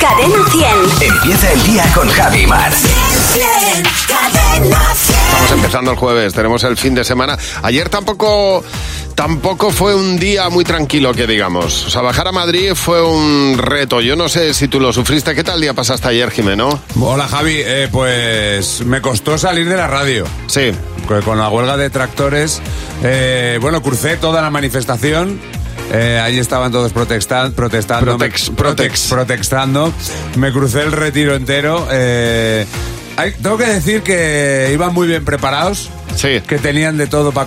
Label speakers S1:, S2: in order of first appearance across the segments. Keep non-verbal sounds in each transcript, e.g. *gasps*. S1: Cadena 100.
S2: Empieza el día con Javi Mar.
S1: Cadena 100.
S3: Estamos empezando el jueves, tenemos el fin de semana. Ayer tampoco tampoco fue un día muy tranquilo que digamos. O sea, bajar a Madrid fue un reto. Yo no sé si tú lo sufriste. ¿Qué tal día pasaste ayer, Jimeno?
S4: Hola Javi, Eh, pues me costó salir de la radio.
S3: Sí.
S4: Porque Con la huelga de tractores, eh, bueno, crucé toda la manifestación. eh, ahí estaban todos protestan- protestando.
S3: Protex-
S4: me-
S3: protex.
S4: Protestando. Me crucé el retiro entero. eh, hay- tengo que decir que iban muy bien preparados.
S3: Sí.
S4: Que tenían de todo para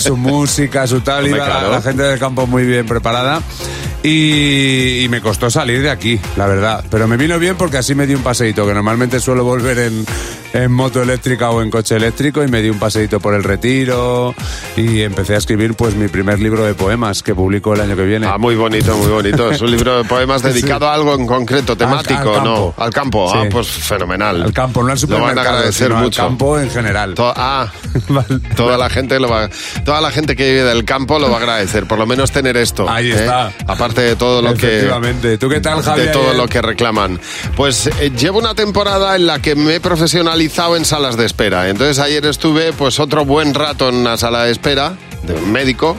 S3: *laughs*
S4: su música, su tal.
S3: Hombre,
S4: Iba
S3: claro.
S4: la, la gente del campo muy bien preparada. Y, y me costó salir de aquí, la verdad. Pero me vino bien porque así me di un paseíto, que normalmente suelo volver en, en moto eléctrica o en coche eléctrico. Y me di un paseíto por el retiro. Y empecé a escribir pues mi primer libro de poemas que publico el año que viene.
S3: Ah, muy bonito, muy bonito. Es un libro de
S4: *laughs*
S3: poemas dedicado a algo en concreto, temático,
S4: al
S3: ¿no?
S4: campo.
S3: Al campo. Ah,
S4: Sí.
S3: pues fenomenal.
S4: al campo, no al
S3: Lo
S4: supermercado,
S3: van a agradecer
S4: sino
S3: mucho.
S4: al campo *laughs* en general.
S3: To- ah,
S4: Vale.
S3: *laughs* toda la gente lo va, toda la gente que vive del campo lo va a agradecer. Por lo menos tener esto.
S4: Ahí
S3: ¿eh?
S4: está.
S3: Aparte de todo lo que
S4: Efectivamente. ¿Tú qué tal, Javi,
S3: De todo
S4: ayer?
S3: lo que reclaman. Pues eh, llevo una temporada en la que me he profesionalizado en salas de espera. Entonces ayer estuve pues otro buen rato en una sala de espera de un médico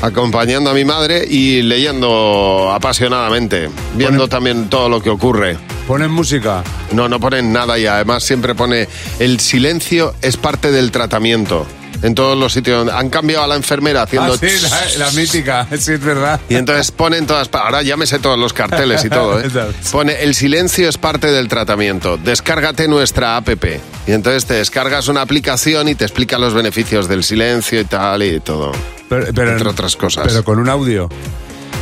S3: acompañando a mi madre y leyendo apasionadamente, viendo también todo lo que ocurre.
S4: Ponen música.
S3: No, no ponen nada y además siempre pone el silencio es parte del tratamiento. En todos los sitios han cambiado a la enfermera haciendo
S4: Ah, sí, la, la mítica. Sí, es verdad.
S3: y entonces ponen todas pa- ahora ya me sé todos los carteles y
S4: *laughs*
S3: todo, ¿eh?
S4: Exacto.
S3: Pone el silencio es parte del tratamiento. Descárgate nuestra app y entonces te descargas una aplicación y te explica los beneficios del silencio y tal y todo.
S4: Pero, pero-
S3: Entre otras cosas.
S4: Pero con un audio.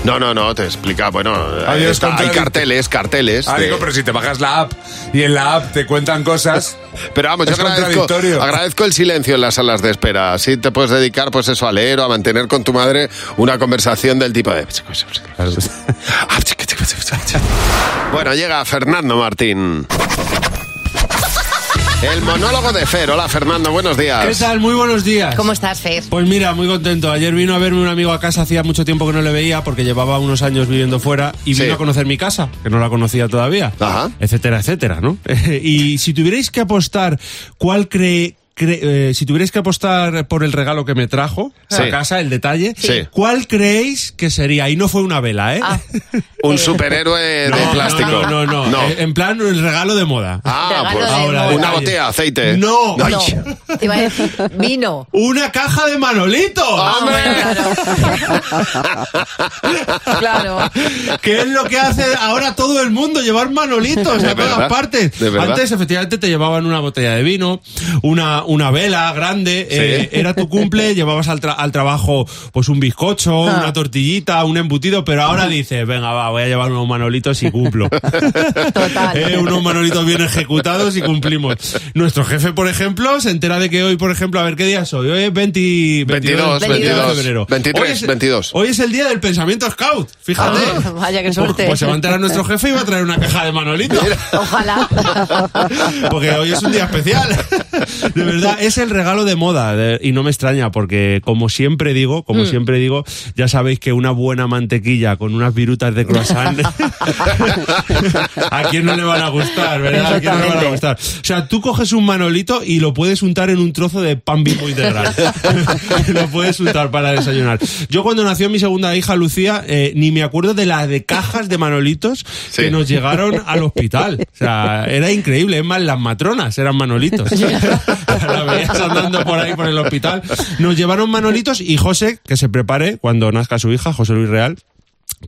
S3: No, no, no, te explica, bueno,
S4: Adiós,
S3: está- hay
S4: contradic-
S3: carteles, carteles.
S4: Ah,
S3: de-
S4: digo, pero si te bajas la app y en la app te cuentan cosas.
S3: *laughs* Pero vamos, yo
S4: Es
S3: agradezco,
S4: contradictorio.
S3: agradezco el silencio en las salas de espera. Así te puedes dedicar, pues eso, a leer o a mantener con tu madre una conversación del tipo de... Bueno, llega Fernando Martín. El monólogo de Fer. Hola, Fernando, buenos días.
S5: ¿Qué tal? Muy buenos días.
S6: ¿Cómo estás, Fer?
S5: Pues mira, muy contento. Ayer vino a verme un amigo a casa, hacía mucho tiempo que no le veía porque llevaba unos años viviendo fuera y
S3: Sí.
S5: vino a conocer mi casa, que no la conocía todavía,
S3: Ajá.
S5: etcétera, etcétera, ¿no? *laughs* y si tuvierais que apostar, ¿cuál cree... cre- eh, si tuvierais que apostar por el regalo que me trajo
S3: Sí.
S5: a casa, el detalle,
S3: Sí.
S5: ¿cuál creéis que sería? Y no fue una vela, ¿eh?
S6: Ah,
S3: Un
S6: Eh,
S3: superhéroe
S5: *laughs* No,
S3: de
S5: no,
S3: plástico.
S5: No, no, no. Eh, En plan, el regalo de moda.
S3: Ah,
S6: Regalo
S3: pues
S6: de
S5: Ahora,
S3: una
S5: detalle.
S3: botella de aceite.
S5: No.
S3: Ay.
S6: no. Te iba a decir, vino. Ah,
S5: ¡Una caja de Manolito!
S3: ¡Hombre! *laughs*
S6: Claro.
S5: que es lo que hace ahora todo el mundo,
S7: *laughs*
S5: llevar manolitos
S3: De
S5: a
S3: verdad,
S5: todas partes.
S3: de verdad.
S5: Antes, efectivamente, te llevaban una botella de vino, una, una vela grande, eh, era tu cumple, llevabas al, tra- al trabajo pues un bizcocho,
S6: Ah.
S5: una tortillita, un embutido, pero ahora dices, venga, va, voy a llevar unos manolitos y cumplo.
S6: Total.
S5: Eh, unos manolitos bien ejecutados y cumplimos. Nuestro jefe, por ejemplo, se entera de que hoy, por ejemplo, a ver qué día es hoy. Hoy es 20,
S3: 22,
S6: 22,
S5: de febrero.
S3: 23,
S5: Hoy es-
S3: 22.
S5: Hoy es el día del pensamiento scout, fíjate.
S6: Ah, *laughs* vaya, qué
S5: Pues-
S6: suerte.
S5: Pues, se va a enterar nuestro jefe y va a traer una caja de manolitos.
S3: *laughs*
S6: Ojalá.
S5: Porque hoy es un día especial. De verdad, es el regalo de moda. de- y no me extraña, porque como siempre digo, como siempre digo, ya sabéis que una buena mantequilla con unas virutas de croissant. ¿A quién no le van a gustar, verdad? ¿A quién no le van a gustar? O sea, tú coges un manolito y lo puedes untar en un trozo de pan bimbo integral. *laughs* lo puedes untar para desayunar. Yo cuando nació mi segunda hija, Lucía, eh, ni me acuerdo de las de cajas de manolitos
S3: Sí.
S5: que nos llegaron al hospital. O sea, era increíble. Es más, las matronas eran manolitos. Las veías
S7: *laughs*
S5: andando por ahí, por el hospital. Nos llevaron manolitos y José, que se prepare cuando nazca su hija, José Luis Real,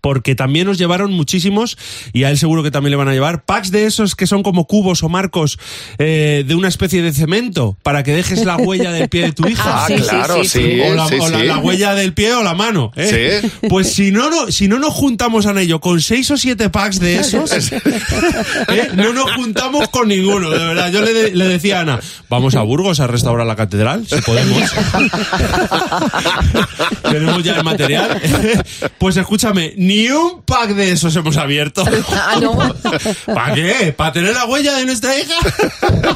S5: porque también nos llevaron muchísimos, y a él seguro que también le van a llevar, packs de esos que son como cubos o marcos eh, de una especie de cemento para que dejes la huella del pie de tu hija.
S3: *laughs* Ah,
S6: Sí, sí,
S3: claro, sí.
S6: sí,
S3: sí,
S5: o la,
S3: sí,
S5: o la- la huella del pie o la mano. ¿eh?
S3: Sí.
S5: Pues si no, no, si no nos juntamos a ello con seis o siete packs de
S3: *laughs*
S5: esos, ¿eh? no nos juntamos con ninguno, de verdad. Yo le, de- le decía a Ana, vamos a Burgos a restaurar la catedral, si podemos. *laughs* Tenemos ya el material. *laughs* Pues escúchame, Ni un pack de esos hemos abierto.
S6: *laughs* Ah,
S5: *laughs*
S6: no.
S5: ¿Para qué? ¿Para tener la huella de nuestra hija? *laughs*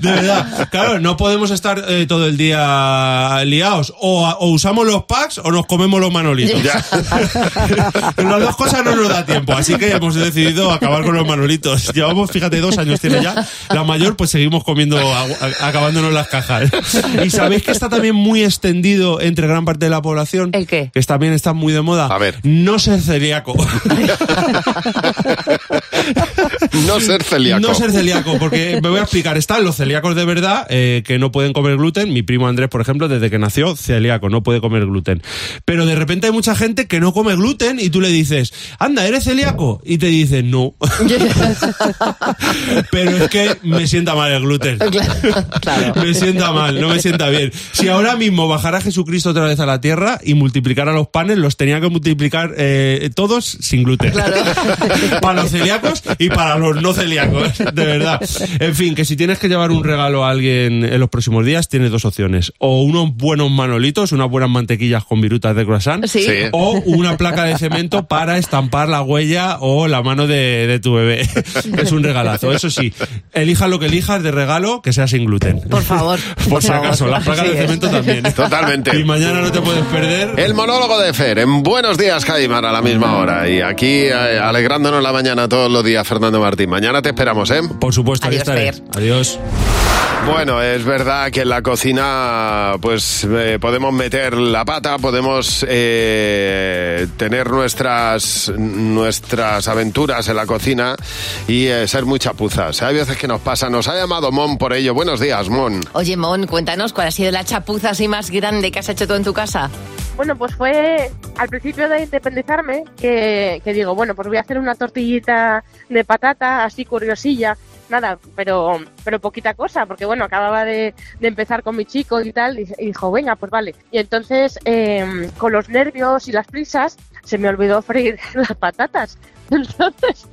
S5: De verdad. Claro, no podemos estar eh, todo el día liados. O, o usamos los packs o nos comemos los manolitos. *laughs* Las dos cosas no nos da tiempo, así que hemos decidido acabar con los manolitos. Llevamos, fíjate, dos años tiene ya. La mayor, pues seguimos comiendo, agu- a- acabándonos las cajas. Y sabéis que está también muy extendido entre gran parte de la población.
S6: ¿El qué?
S5: Que también está muy de moda.
S3: A ver.
S5: No ser celíaco.
S3: *laughs* No ser celíaco.
S5: No ser celíaco, porque me voy a explicar. Están los celíacos de verdad eh, que no pueden comer gluten. Mi primo Andrés, por ejemplo, desde que nació, celíaco, no puede comer gluten. Pero de repente hay mucha gente que no come gluten y tú le dices, anda, ¿eres celíaco? Y te dice, no. *laughs* Pero es que me sienta mal el gluten.
S6: claro.
S5: Me sienta mal, no me sienta bien. Si ahora mismo bajara Jesucristo otra vez a la tierra y multiplicara los panes, los tenía que multiplicar eh, todos sin gluten. *laughs* para los celíacos y para los no celíacos, de verdad. En fin, que si tienes que llevar un regalo a alguien en los próximos días, tienes dos opciones. O unos buenos manolitos, unas buenas mantequillas con virutas de croissant.
S6: Sí.
S3: Sí.
S5: O una placa de
S6: *laughs*
S5: cemento para estampar la huella o la mano de, de tu
S6: *laughs*
S5: bebé. Es un regalazo. Eso sí, elija lo que elijas de regalo que sea sin gluten.
S6: Por favor.
S5: *laughs* Por si acaso, las placas
S6: Así
S5: de
S6: es.
S5: cemento también.
S3: Totalmente.
S5: Y mañana no te puedes perder.
S3: El monólogo de Fer en Buenos Días, Jaimar, a la misma hora. Y aquí eh, alegrándonos la mañana todos los días, Fernando Martín. Mañana te esperamos, ¿eh?
S5: Por supuesto, aquí
S6: Adiós,
S5: estaré.
S6: Fer.
S5: Adiós.
S3: Bueno, es verdad que en la cocina pues eh, podemos meter la pata, podemos eh, tener nuestras, nuestras aventuras en la cocina y eh, ser muy chapuzas. Hay veces que nos pasa, nos ha llamado Mon por ello. Buenos días, Mon.
S6: Oye, Mon, cuéntanos cuál ha sido la chapuza así más grande que has hecho tú en tu casa.
S1: Bueno, pues fue al principio de independizarme que, que digo, bueno, pues voy a hacer una tortillita de patata, así curiosilla, nada, pero, pero poquita cosa, porque bueno, acababa de, de empezar con mi chico y tal, y, y dijo, venga, pues vale. Y entonces, em, con los nervios y las prisas, se me olvidó freír *laughs* las patatas. Entonces,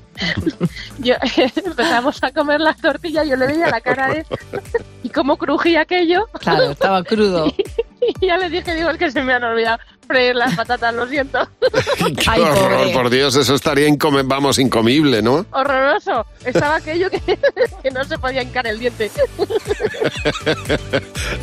S1: *laughs* yo, *laughs* empezamos a comer las tortillas, yo le veía la cara de... y cómo crujía aquello.
S6: Claro, estaba crudo.
S1: Y *laughs* ya le dije, digo, es que se me han olvidado freír las patatas, lo siento.
S6: *laughs*
S1: *laughs*
S3: Qué
S6: Ay,
S3: horror,
S6: pobre.
S3: por Dios, eso estaría income- vamos, incomible, ¿no?
S1: Horroroso. Estaba aquello que, *laughs* que no se podía hincar el diente. *laughs*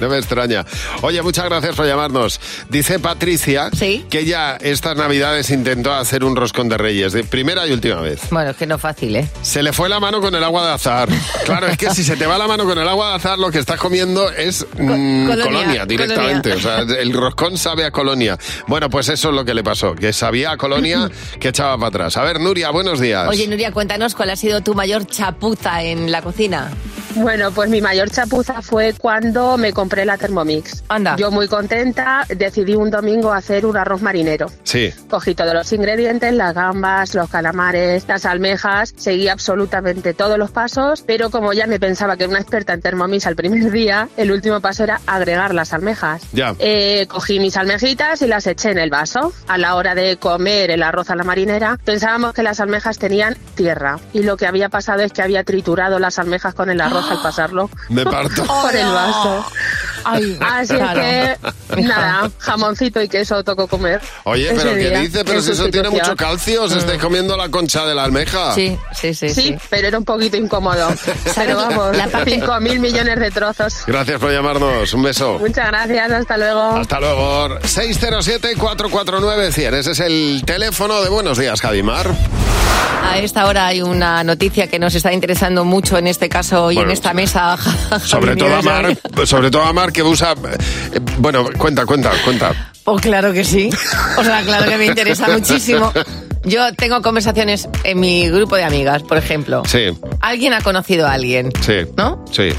S3: No me extraña. Oye, muchas gracias por llamarnos. Dice Patricia
S6: Sí.
S3: que ella estas navidades intentó hacer un roscón de reyes, de primera y última vez.
S6: *laughs* Bueno, es que no es fácil, ¿eh?
S3: Se le fue la mano con el agua de azar. Claro, es que si se te va la mano con el agua de azar, lo que estás comiendo es mm,
S6: colonia,
S3: colonia, directamente.
S6: colonia.
S3: O sea, el roscón sabe a colonia. Bueno, pues eso es lo que le pasó, que sabía a colonia que echaba para atrás. A ver, Nuria, buenos días.
S6: Oye, Nuria, cuéntanos cuál ha sido tu mayor chapuza en la cocina.
S1: Bueno, pues mi mayor chapuza fue cuando me compré la Thermomix.
S6: Anda.
S1: Yo muy contenta, decidí un domingo hacer un arroz marinero.
S3: Sí.
S1: Cogí todos los ingredientes, las gambas, los calamares, las almejas, seguí absolutamente todos los pasos, pero como ya me pensaba que era una experta en Thermomix al primer día, el último paso era agregar las almejas.
S3: Ya.
S1: Eh, cogí mis almejitas y las eché en el vaso. A la hora de comer el arroz a la marinera, pensábamos que las almejas tenían tierra y lo que había pasado es que había triturado las almejas con el arroz
S3: *gasps*
S1: al pasarlo
S3: Me parto.
S1: *laughs* por el vaso.
S6: Ay,
S1: Así
S6: claro.
S3: *laughs*
S1: que, nada, jamoncito y queso tocó comer.
S3: Oye,
S1: ese
S3: pero ¿qué
S1: día,
S3: dice? Pero
S1: en
S3: si eso tiene mucho
S1: sustitución.
S3: calcio, se estáis comiendo la concha de la almeja.
S6: Sí, sí, sí.
S1: Sí,
S6: sí.
S1: pero era un poquito
S3: *laughs*
S1: incómodo.
S6: ¿Sabes?
S1: Pero vamos,
S6: La parte-
S1: 5 mil millones de trozos.
S3: Gracias por llamarnos. Un beso.
S1: Muchas gracias, hasta luego.
S3: Hasta luego. 607-449-100. Ese es el teléfono de Buenos Días, Javimar.
S6: A esta hora hay una noticia que nos está interesando mucho en este caso y
S3: Bueno,
S6: en esta mesa. *laughs*
S3: Sobre todo a Mar, pues, sobre todo a Mar que usa. eh, Bueno, cuenta, cuenta, cuenta.
S6: Pues claro que sí. O sea, claro que
S3: *laughs*
S6: me interesa muchísimo. Yo tengo conversaciones en mi grupo de amigas, por ejemplo.
S3: Sí,
S6: Alguien ha conocido a alguien,
S3: sí.
S6: ¿no?
S3: Sí.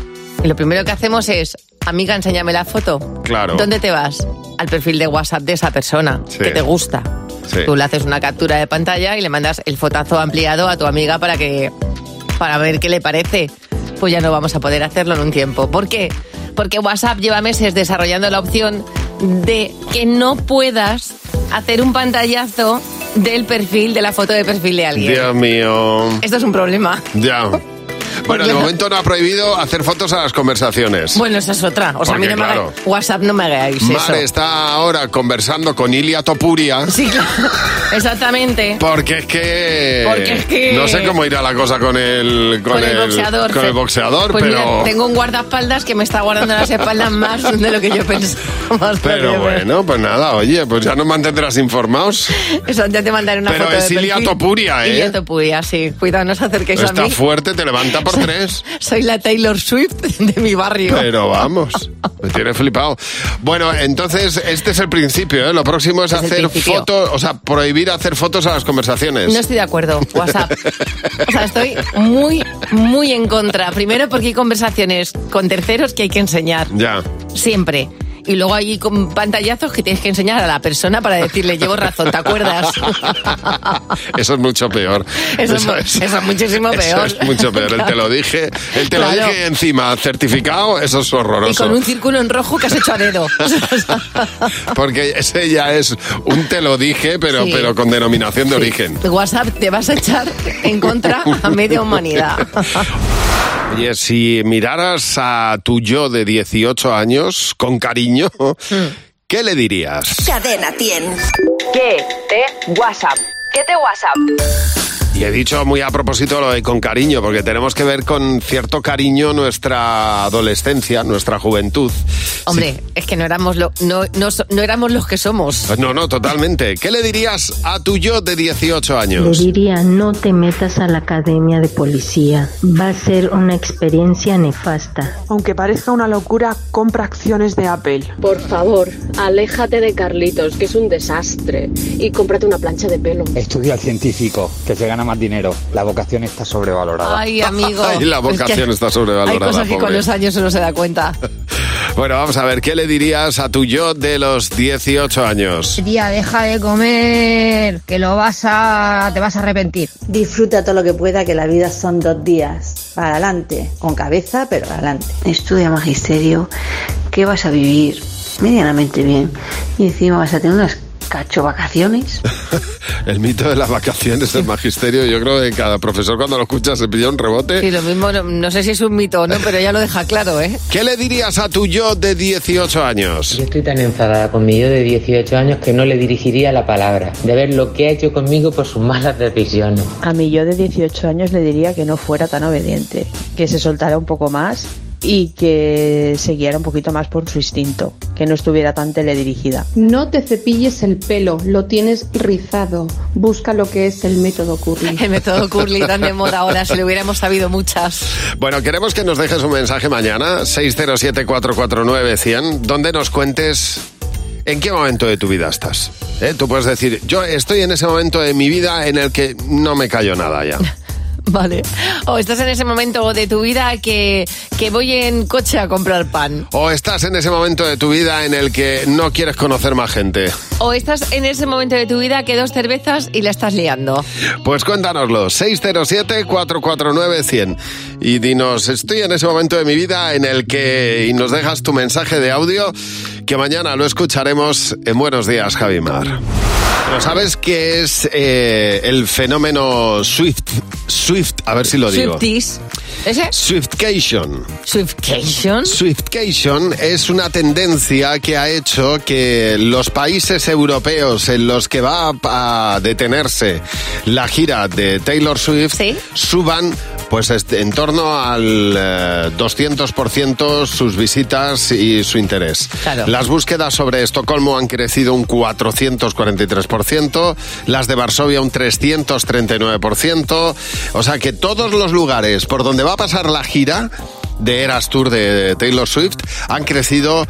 S6: Y lo primero que hacemos es, amiga, enséñame la foto.
S3: Claro.
S6: ¿Dónde te vas? Al perfil de WhatsApp de esa persona
S3: Sí.
S6: que te gusta.
S3: Sí.
S6: Tú le haces una captura de pantalla y le mandas el fotazo ampliado a tu amiga para que para ver qué le parece. Pues ya no vamos a poder hacerlo en un tiempo. ¿Por qué? Porque WhatsApp lleva meses desarrollando la opción de que no puedas hacer un pantallazo del perfil de la foto de perfil de alguien. Oh.
S3: Dios mío.
S6: Esto es un problema.
S3: Ya. Bueno, de momento no ha prohibido hacer fotos a las conversaciones.
S6: Bueno, esa es otra. O sea, a mí
S3: Porque,
S6: no me
S3: claro.
S6: hagáis- WhatsApp no me hagáis eso.
S3: Mar está ahora conversando con Ilia Topuria.
S6: Sí, claro. Exactamente.
S3: Porque es que.
S6: Porque es que-
S3: No sé cómo irá la cosa con el.
S6: Con, el, boxeador.
S3: Con el boxeador,
S6: Pues
S3: pero.
S6: mira, tengo un guardaespaldas que me está guardando
S3: *laughs*
S6: las espaldas más de lo que yo pensaba.
S3: Pero bueno, pues nada, oye, pues ya nos mantendrás informados.
S6: Eso, ya te mandaré una
S3: Pero
S6: foto
S3: es
S6: de
S3: Ilia
S6: perfil.
S3: Topuria, ¿eh?
S6: Ilia Topuria, sí. Cuidado, no os acerquéis a
S3: Está
S6: mí.
S3: fuerte, te levanta
S6: *laughs*
S3: por tres.
S6: Soy la Taylor Swift de mi barrio.
S3: Pero vamos, me tiene flipado. Bueno, entonces este es el principio, ¿eh? Lo próximo es,
S6: Es el
S3: hacer
S6: principio.
S3: fotos, o sea, prohibir hacer fotos a las conversaciones.
S6: No estoy de acuerdo,
S3: *laughs*
S6: WhatsApp. O sea, estoy muy, muy en contra. Primero porque hay conversaciones con terceros que hay que enseñar,
S3: Ya.
S6: siempre. Y luego hay con pantallazos que tienes que enseñar a la persona para decirle, llevo razón, ¿te acuerdas?
S3: *laughs* Eso es mucho peor.
S6: Eso es mu- eso es muchísimo
S3: Eso
S6: peor.
S3: es mucho peor. Él te
S6: *laughs*
S3: lo dije. Él te lo
S6: Claro.
S3: dije encima, certificado. Eso es
S6: Y
S3: horroroso.
S6: con un círculo en rojo que has hecho a dedo.
S3: Porque ese ya es un te lo dije, pero,
S6: Sí.
S3: pero con denominación de origen.
S6: WhatsApp te vas a echar en contra a
S3: *laughs*
S6: media humanidad.
S3: Oye, si miraras a tu yo de 18 años con cariño,
S6: Hmm.
S3: ¿qué le dirías?
S8: Cadena 100. ¿Qué te WhatsApp? ¿Qué te WhatsApp?
S3: Y he dicho muy a propósito lo de con cariño, porque tenemos que ver con cierto cariño nuestra adolescencia, nuestra juventud.
S6: Hombre, es que no éramos, lo- no, no so- no éramos los que somos.
S3: No, no, totalmente. ¿Qué le dirías a tu yo de 18
S9: Le
S3: años?
S9: diría, no te metas a la academia de policía. Va a ser una experiencia nefasta.
S10: Aunque parezca una locura, compra acciones de Apple.
S11: Por favor, aléjate de Carlitos, que es un desastre, y cómprate una plancha de pelo.
S12: Estudia al científico, que se gana más dinero. La vocación está sobrevalorada.
S6: Ay, amigo.
S3: Y la
S6: Es que
S3: vocación está
S6: Hay
S3: sobrevalorada.
S6: cosas que con
S3: pobre.
S6: los años uno se da cuenta.
S3: Bueno, vamos a ver, ¿qué le dirías a tu yo de los 18 años?
S13: Tía, deja de comer, que lo vas a, te vas a arrepentir.
S14: Disfruta todo lo que pueda, que la vida son dos días. Para adelante, con cabeza, pero adelante.
S15: Estudia magisterio, que vas a vivir medianamente bien y encima vas a tener unas cacho vacaciones.
S3: El mito de las vacaciones del magisterio, yo creo que cada profesor cuando lo escucha se pilla un rebote.
S6: Sí, lo mismo, no, no sé si es un mito o no, pero ya lo deja claro, ¿eh?
S3: ¿Qué le dirías a tu yo de 18 años?
S16: Yo estoy tan enfadada con mi yo de 18 años que no le dirigiría la palabra, de ver lo que ha hecho conmigo por sus malas decisiones.
S17: A mi yo de 18 años le diría que no fuera tan obediente, que se soltara un poco más y que se guiara un poquito más por su instinto, que no estuviera tan teledirigida.
S18: No te cepilles el pelo, lo tienes rizado. Busca lo que es el método curly.
S6: El método curly tan de moda ahora, si lo hubiéramos sabido muchas.
S3: Bueno, queremos que nos dejes un mensaje mañana, 607-449-100, donde nos cuentes en qué momento de tu vida estás. ¿Eh? Tú puedes decir, yo estoy en ese momento de mi vida en el que no me callo nada
S6: *laughs*
S3: ya.
S6: Vale. O estás en ese momento de tu vida que, que voy en coche a comprar pan.
S3: O estás en ese momento de tu vida en el que no quieres conocer más gente.
S6: O estás en ese momento de tu vida que dos cervezas y la estás liando.
S3: Pues cuéntanoslo, 607-449-100. Y dinos, estoy en ese momento de mi vida en el que... Y nos dejas tu mensaje de audio, que mañana lo escucharemos en Buenos Días, Javimar. Pero ¿sabes qué es eh, el fenómeno Swift? Swift, a ver si lo digo.
S6: Swifties. ¿Ese?
S3: Swiftcation.
S6: Swiftcation.
S3: Swiftcation es una tendencia que ha hecho que los países europeos en los que va a a detenerse la gira de Taylor Swift suban pues este, en torno al eh, 200% sus visitas y su interés. Las búsquedas sobre Estocolmo han crecido un 443%, las de Varsovia un 339%, o sea que todos los lugares por donde va a pasar la gira de Eras Tour de Taylor Swift han crecido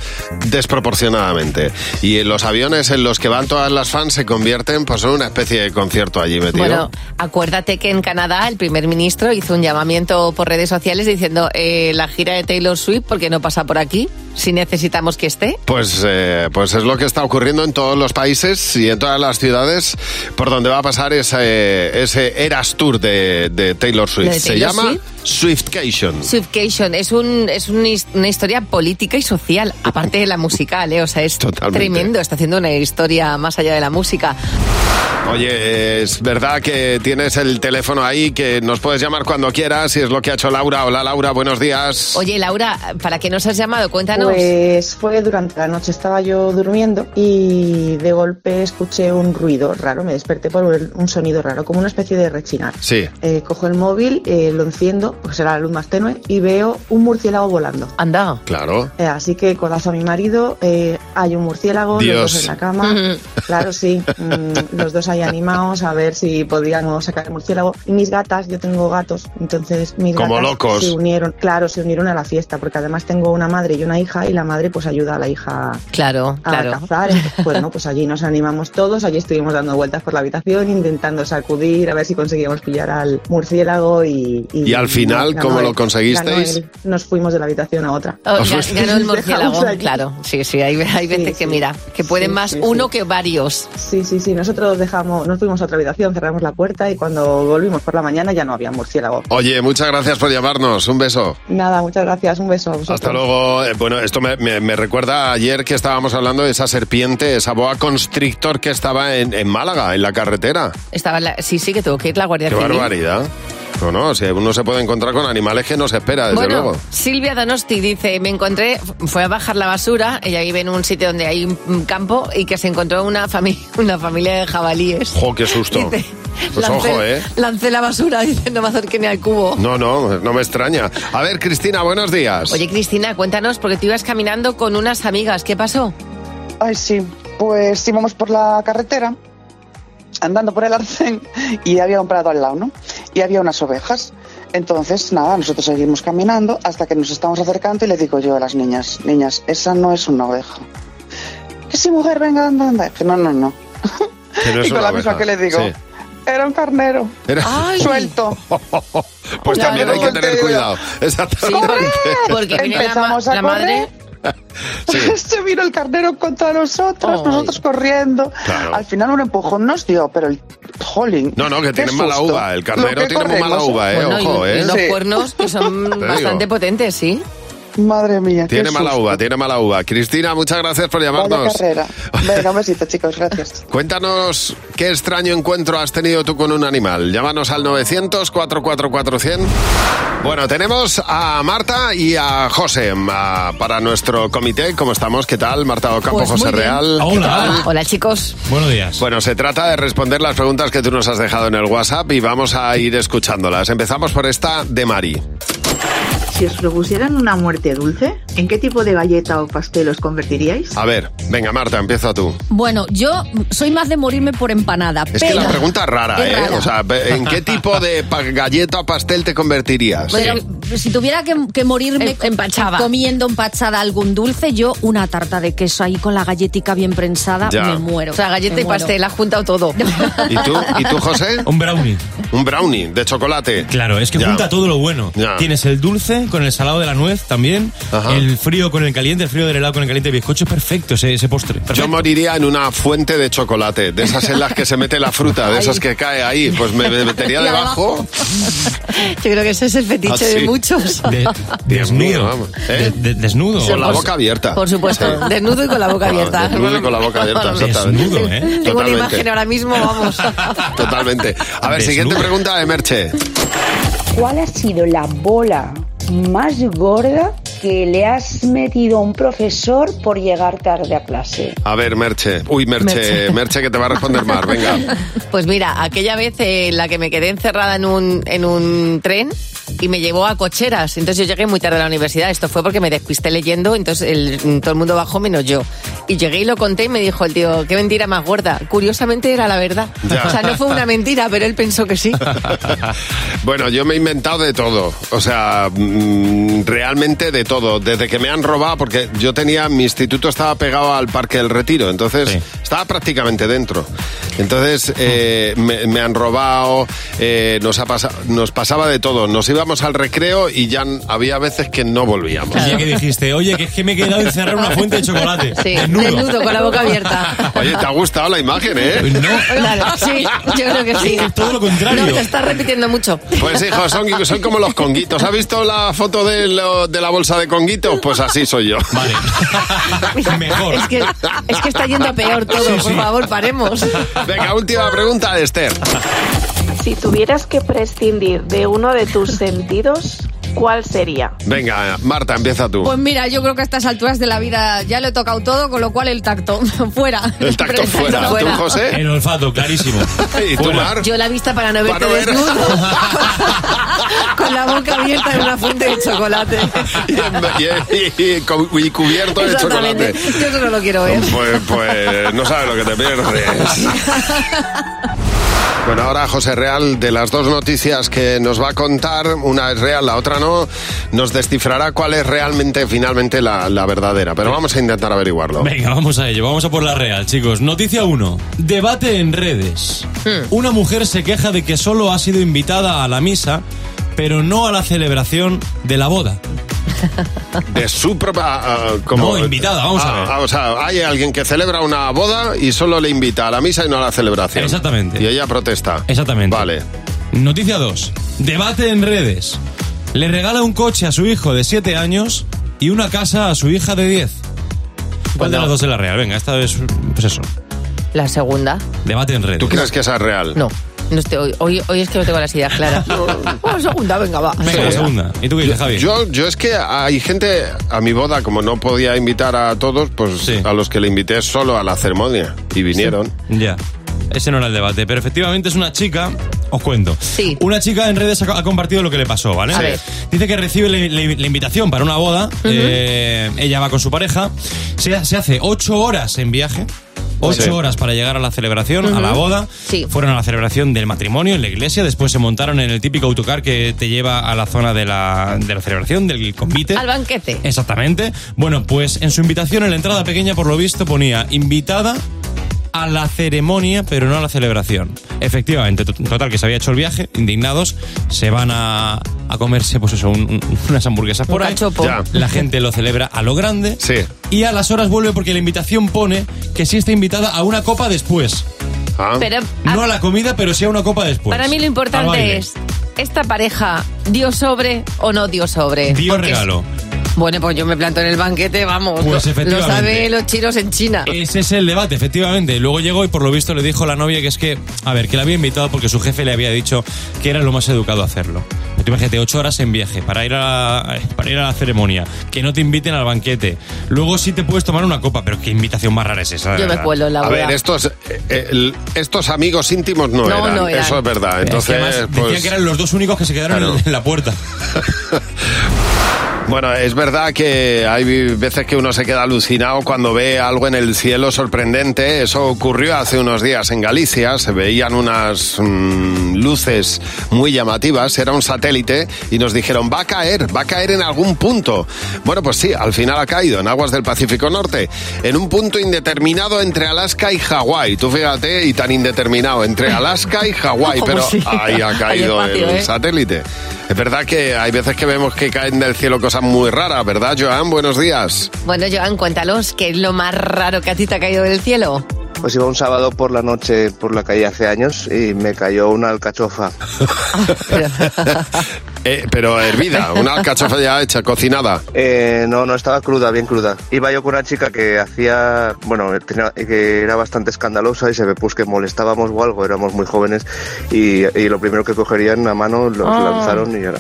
S3: desproporcionadamente. Y en los aviones en los que van todas las fans se convierten pues, en una especie de concierto allí metido.
S6: Bueno, acuérdate que en Canadá el primer ministro hizo un llamamiento por redes sociales diciendo eh, la gira de Taylor Swift porque no pasa por aquí, si necesitamos que esté.
S3: Pues, eh, pues es lo que está ocurriendo en todos los países y en todas las ciudades por donde va a pasar ese, ese Eras Tour de, de Taylor Swift.
S6: ¿Lo de
S3: Se
S6: Taylor
S3: llama
S6: Swift?
S3: Swiftcation.
S6: Subcation es, un, es un his- una historia política y social, aparte de la musical, ¿eh? O sea, es
S3: Totalmente.
S6: tremendo. Está haciendo una historia más allá de la música.
S3: Oye, es verdad que tienes el teléfono ahí, que nos puedes llamar cuando quieras, si es lo que ha hecho Laura. Hola Laura, buenos días.
S6: Oye, Laura, ¿para qué nos has llamado? Cuéntanos.
S1: Pues fue durante la noche, estaba yo durmiendo y de golpe escuché un ruido raro, me desperté por un un sonido raro, como una especie de rechinar.
S3: Sí.
S1: Eh, cojo el móvil, eh, lo enciendo, porque será la luz más tenue, y veo un murciélago volando.
S6: Anda.
S3: Claro.
S1: Eh, así que codazo a mi marido, eh, hay un murciélago, los
S3: Dios.
S1: dos en la
S6: *laughs*
S1: cama. claro, sí, mm, los dos ahí animados a ver si podíamos sacar el murciélago. Y mis gatas, yo tengo gatos, entonces mis
S3: Como
S1: gatas
S3: locos.
S1: se unieron, claro, se unieron a la fiesta, porque además tengo una madre y una hija, y la madre pues ayuda a la hija
S6: Claro,
S1: a
S6: claro.
S1: cazar. Entonces, bueno, pues allí nos animamos todos, allí estuvimos dando vueltas por la habitación, intentando sacudir, a ver si conseguíamos pillar al murciélago y...
S3: ¿Y al final
S1: ganó
S3: cómo
S1: él,
S3: lo conseguisteis?
S1: ganó él. Nos fuimos de la habitación a otra.
S6: Oh, ga-
S1: *laughs*
S6: ganó el murciélago,
S1: Dejamos allí.
S6: claro. Sí, sí, hay, hay veces que mira, que pueden
S1: Sí,
S6: más
S1: sí,
S6: uno que varios.
S1: Sí, sí, sí. Nosotros dejamos, nos fuimos a otra habitación, cerramos la puerta y cuando volvimos por la mañana ya no había murciélago.
S3: Oye, muchas gracias por llamarnos. Un beso.
S1: Nada, muchas gracias. Un beso a vosotros.
S3: Hasta luego. Eh, Bueno, esto me, me- me recuerda a ayer que estábamos hablando de esa serpiente, esa boa constrictor que estaba en, en Málaga, en la carretera.
S6: Estaba la- sí, sí, que tuvo que ir la Guardia
S3: Qué
S6: Civil.
S3: barbaridad. No, no, si uno se puede encontrar con animales que no se espera, desde
S6: bueno,
S3: luego.
S6: Silvia Donosti dice, me encontré, fue a bajar la basura, ella vive en un sitio donde hay un un campo y que se encontró una, fami- *laughs* una familia de jabalíes.
S3: ¡Jo, qué
S19: *laughs*
S3: susto! Pues
S6: Lancé-
S3: ojo, ¿eh?
S6: Lancé la basura, *laughs* dice, no me acerqué ni al cubo.
S3: No, no, no me extraña. A ver, Cristina, buenos días.
S6: Oye, Cristina, cuéntanos, porque tú ibas caminando con unas amigas, ¿qué pasó?
S19: Ay, sí, pues íbamos por la carretera, andando por el arcén, y había un prado al lado, ¿no? Y había unas ovejas. Entonces, nada, nosotros seguimos caminando hasta que nos estamos acercando y le digo yo a las niñas, niñas, esa no es una oveja. Que si mujer, venga, anda, anda. Dije, no, no, no.
S3: Que no es
S19: y *laughs* con
S3: una
S19: la misma
S3: oveja.
S19: que le digo,
S3: Sí. *laughs*
S19: era un carnero.
S3: Era- Ay.
S19: Suelto.
S3: Pues
S19: Claro.
S3: también hay que tener cuidado. Exactamente. *laughs*
S19: porque viene la ma- Empezamos a la madre. *laughs* Se vino el carnero contra nosotros, nosotros corriendo.
S3: Claro.
S19: Al final un empujón nos dio, pero el jolín.
S3: No, no, que
S19: qué
S3: tienen mala
S19: susto.
S3: uva. El
S19: Lo
S3: carnero
S19: que
S3: tiene muy mala
S19: corremos.
S3: uva, ¿eh?
S6: Bueno, y-
S3: Ojo,
S6: y
S3: ¿eh?
S6: unos cuernos que
S3: *laughs*
S6: son
S3: digo.
S6: bastante potentes, ¿sí?
S19: Madre mía,
S3: Tiene mala uva, tiene mala uva. Cristina, muchas gracias por
S19: Vaya
S3: llamarnos. *laughs*
S19: carrera. Venga, un besito, chicos, gracias.
S3: Cuéntanos qué extraño encuentro has tenido tú con un animal. Llámanos al 900-444-100. Bueno, tenemos a Marta y a José ma- para nuestro comité. ¿Cómo estamos? ¿Qué tal? Marta Ocampo,
S6: Pues muy
S3: José
S6: bien.
S3: Real. ¿Qué tal?
S6: Hola, chicos.
S3: Buenos días. Bueno, se trata de responder las preguntas que tú nos has dejado en el WhatsApp y vamos a ir escuchándolas. Empezamos por esta de Mari.
S20: Si os propusieran una muerte dulce, ¿en qué tipo de galleta o pastel os convertiríais?
S3: A ver, venga Marta, empieza tú.
S21: Bueno, yo soy más de morirme por empanada.
S3: Es que
S21: pero,
S3: la pregunta es rara,
S21: Es
S3: ¿eh?
S21: rara.
S3: O sea, ¿en qué tipo de pa- galleta o pastel te convertirías?
S21: pero si tuviera que, que morirme comiendo empachada algún dulce, yo una tarta de queso ahí con la galletica bien prensada,
S3: Ya.
S21: me muero.
S6: O sea, galleta
S21: Me
S6: y
S21: muero.
S6: pastel, has
S21: *laughs*
S6: juntado todo.
S3: ¿Y tú, ¿Y tú, José?
S7: Un brownie.
S3: Un brownie de chocolate.
S7: Claro, es que
S3: Ya.
S7: junta todo lo bueno.
S3: Ya.
S7: Tienes el dulce con el salado de la nuez también. El frío con el caliente, el frío del helado con el caliente. El bizcocho es perfecto ese, ese postre.
S3: Yo moriría en una fuente de chocolate, de esas en las que se mete la fruta, de esas que cae ahí. Pues me me metería
S6: Y
S3: debajo.
S6: *laughs* Yo creo que ese es el fetiche
S3: Ah, sí.
S6: de muchos.
S3: Desnudo. desnudo. ¿eh? Con la
S6: Por su-
S3: boca abierta.
S6: *laughs* Por supuesto, desnudo y con la boca
S3: Ah,
S6: abierta.
S3: desnudo y con la boca abierta, exactamente.
S7: Desnudo, ¿eh?
S6: Tengo una
S3: Totalmente.
S6: imagen ahora
S3: *laughs*
S6: mismo, vamos.
S3: Totalmente. A ver, siguiente pregunta de Merche.
S22: ¿Cuál ha sido la bola más gorda que le has metido a un profesor por llegar tarde a clase?
S3: A ver, Merche. Uy, Merche,
S22: Merche.
S3: Merche, que te va a responder más. Venga.
S6: *laughs* Pues mira, aquella vez eh, en la que me quedé encerrada en un, en un tren y me llevó a cocheras. Entonces yo llegué muy tarde a la universidad. Esto fue porque me despisté leyendo, entonces el- todo el mundo bajó menos yo. Y llegué y lo conté y me dijo el tío, qué mentira más gorda. Curiosamente era la verdad.
S3: Ya.
S6: O sea, no fue una mentira, pero él pensó que sí.
S3: *laughs* Bueno, yo me he inventado de todo, o sea, mm, realmente de todo. Desde que me han robado, porque yo tenía, mi instituto estaba pegado al Parque del Retiro, entonces Estaba prácticamente dentro. Entonces eh, me, me han robado, eh, nos, ha pasa- nos pasaba de todo. Nos íbamos al recreo y ya n- había veces que no volvíamos.
S7: El día que dijiste, oye, que es que me he quedado encerrado en una fuente de chocolate.
S6: Sí,
S7: Desnudo.
S6: desnudo, con la boca abierta.
S3: *laughs* Oye, ¿te ha gustado la imagen, eh?
S7: Pues
S6: Claro, sí, yo creo que sí.
S3: Es todo lo contrario.
S6: No, te estás
S3: *laughs*
S6: repitiendo mucho.
S3: Pues hijo, son, son como los conguitos. ¿Has visto la foto de, lo- de la bolsa de conguitos? Pues así soy yo. *laughs* Vale.
S7: Mejor.
S6: Es que, es que está yendo a peor todo.
S3: Sí,
S6: Por
S3: sí.
S6: favor, paremos.
S3: Venga, última pregunta de Esther.
S2: Si tuvieras que prescindir de uno de
S21: *laughs*
S2: tus sentidos, ¿cuál sería?
S3: Venga, Marta, empieza tú.
S23: Pues mira, yo creo que a estas alturas de la vida ya lo he tocado todo, con lo cual el tacto fuera.
S3: El tacto
S23: Pero
S3: fuera. ¿Tú, José?
S7: El olfato, clarísimo.
S3: *laughs* ¿Y tú, Mar?
S6: Yo la vista para no verte
S3: Para no ver.
S6: desnudo.
S3: *laughs*
S6: con la boca abierta en una fuente de chocolate.
S3: Y, y- y- y cu- y cubierto de
S6: Exactamente.
S3: chocolate.
S6: Yo eso no lo quiero ver.
S3: Pues, pues no sabes lo que te pierdes. Bueno, ahora José Real, de las dos noticias que nos va a contar, una es real, la otra no, nos descifrará cuál es realmente, finalmente, la, la verdadera. Pero vamos a intentar averiguarlo.
S7: Venga, vamos a ello, vamos a por la real, chicos. Noticia 1. Debate en redes. Una mujer se queja de que solo ha sido invitada a la misa, pero no a la celebración de la boda.
S3: De su propia... ah, como,
S7: No, invitada, vamos a
S3: Ah,
S7: ver.
S3: ah, o sea, hay alguien que celebra una boda y solo le invita a la misa y no a la celebración. Exactamente. Y ella protesta. Exactamente. Vale.
S7: Noticia 2. Debate en redes. Le regala un coche a su hijo de 7 años y una casa a su hija de 10.
S3: Pues
S7: ¿Cuál de las dos es la real? Venga, esta es pues eso.
S6: La segunda.
S7: Debate en redes.
S3: ¿Tú crees que esa es real?
S6: No. No estoy- hoy- hoy, hoy es que no tengo las ideas claras. Bueno, segunda, venga, va.
S7: Venga, la segunda. ¿Y tú qué dices, Javi?
S3: Yo, yo es que hay gente a mi boda, como no podía invitar a todos, pues a los que le invité solo a la ceremonia y vinieron.
S7: Ya. Ese no era el debate, pero efectivamente es una chica. Os cuento.
S6: Sí.
S7: Una chica en redes ha, ha compartido lo que le pasó, ¿vale?
S6: A ver.
S7: Dice que recibe la, la- la invitación para una boda. eh, ella va con su pareja. Se, se hace ocho horas en viaje. Ocho Sí. horas para llegar a la celebración, a la
S6: Ujú.
S7: boda.
S6: Sí.
S7: Fueron a la celebración del matrimonio en la iglesia. Después se montaron en el típico autocar que te lleva a la zona de la, de la celebración, del convite.
S6: Al banquete.
S7: Exactamente. Bueno, pues en su invitación, en la entrada pequeña, por lo visto, ponía invitada a la ceremonia, pero no a la celebración. Efectivamente, to- total, que se había hecho el viaje, indignados, se van a, a comerse, pues eso, un- un- unas hamburguesas
S6: Un
S7: por ahí.
S6: cachopo. Ya.
S7: La gente lo celebra a lo grande.
S3: Sí.
S7: Y a las horas vuelve porque la invitación pone que sí está invitada a una copa después.
S3: Ah.
S6: Pero- ah,
S7: no a la comida, pero sí a una copa después.
S6: Para mí lo
S7: Pues, Al baile.
S6: importante es, ¿esta pareja dio sobre o no dio sobre?
S7: Dio
S6: Porque
S7: regalo.
S6: Bueno, pues yo me planto en el banquete, vamos.
S7: Pues
S6: lo- lo,
S7: efectivamente.
S6: saben los chinos en China.
S7: Ese es el debate, efectivamente. Luego llegó y por lo visto le dijo la novia que es que, a ver, que la había invitado porque su jefe le había dicho que era lo más educado hacerlo. Tú imagínate, ocho horas en viaje para ir, a, eh, para ir a la ceremonia, que no te inviten al banquete. Luego sí te puedes tomar una copa, pero qué invitación más rara es esa. de
S6: Yo me
S7: verdad.
S6: cuelo en la
S3: A ver, estos, eh, el- estos amigos íntimos no,
S7: No,
S3: eran,
S7: no eran.
S3: Eso es verdad.
S7: Es que
S3: Entonces,
S7: además decían
S3: pues,
S7: que eran los dos únicos que se quedaron en- en la puerta.
S3: Bueno, es verdad que hay veces que uno se queda alucinado cuando ve algo en el cielo sorprendente. Eso ocurrió hace unos días en Galicia. Se veían unas mm, luces muy llamativas. Era un satélite y nos dijeron va a caer, va a caer en algún punto. Bueno, pues sí, al final ha caído en aguas del Pacífico Norte, en un punto indeterminado entre Alaska y Hawái. Tú fíjate y tan indeterminado entre Alaska y
S4: *laughs*
S3: Hawái,
S4: Como
S3: pero
S4: sí.
S3: ahí ha
S4: Hay
S3: caído
S4: espacio,
S3: el
S4: ¿eh?
S3: satélite. Es verdad que hay veces que vemos que caen del cielo cosas muy raras, ¿verdad, Joan? Buenos días.
S6: Bueno, Joan, cuéntanos, ¿qué es lo más raro que a ti te ha caído del cielo?
S21: Pues iba un sábado por la noche por la calle hace años y me cayó una alcachofa.
S3: Eh, pero
S21: *laughs*
S3: hervida, una alcachofa ya hecha, cocinada.
S21: Eh, no, no estaba cruda, bien cruda. Iba yo con una chica que hacía, bueno, tenía- que era bastante escandalosa y se ve pues que molestábamos o algo, éramos muy jóvenes y, y lo primero que cogerían a mano los
S3: Ah.
S21: lanzaron y era,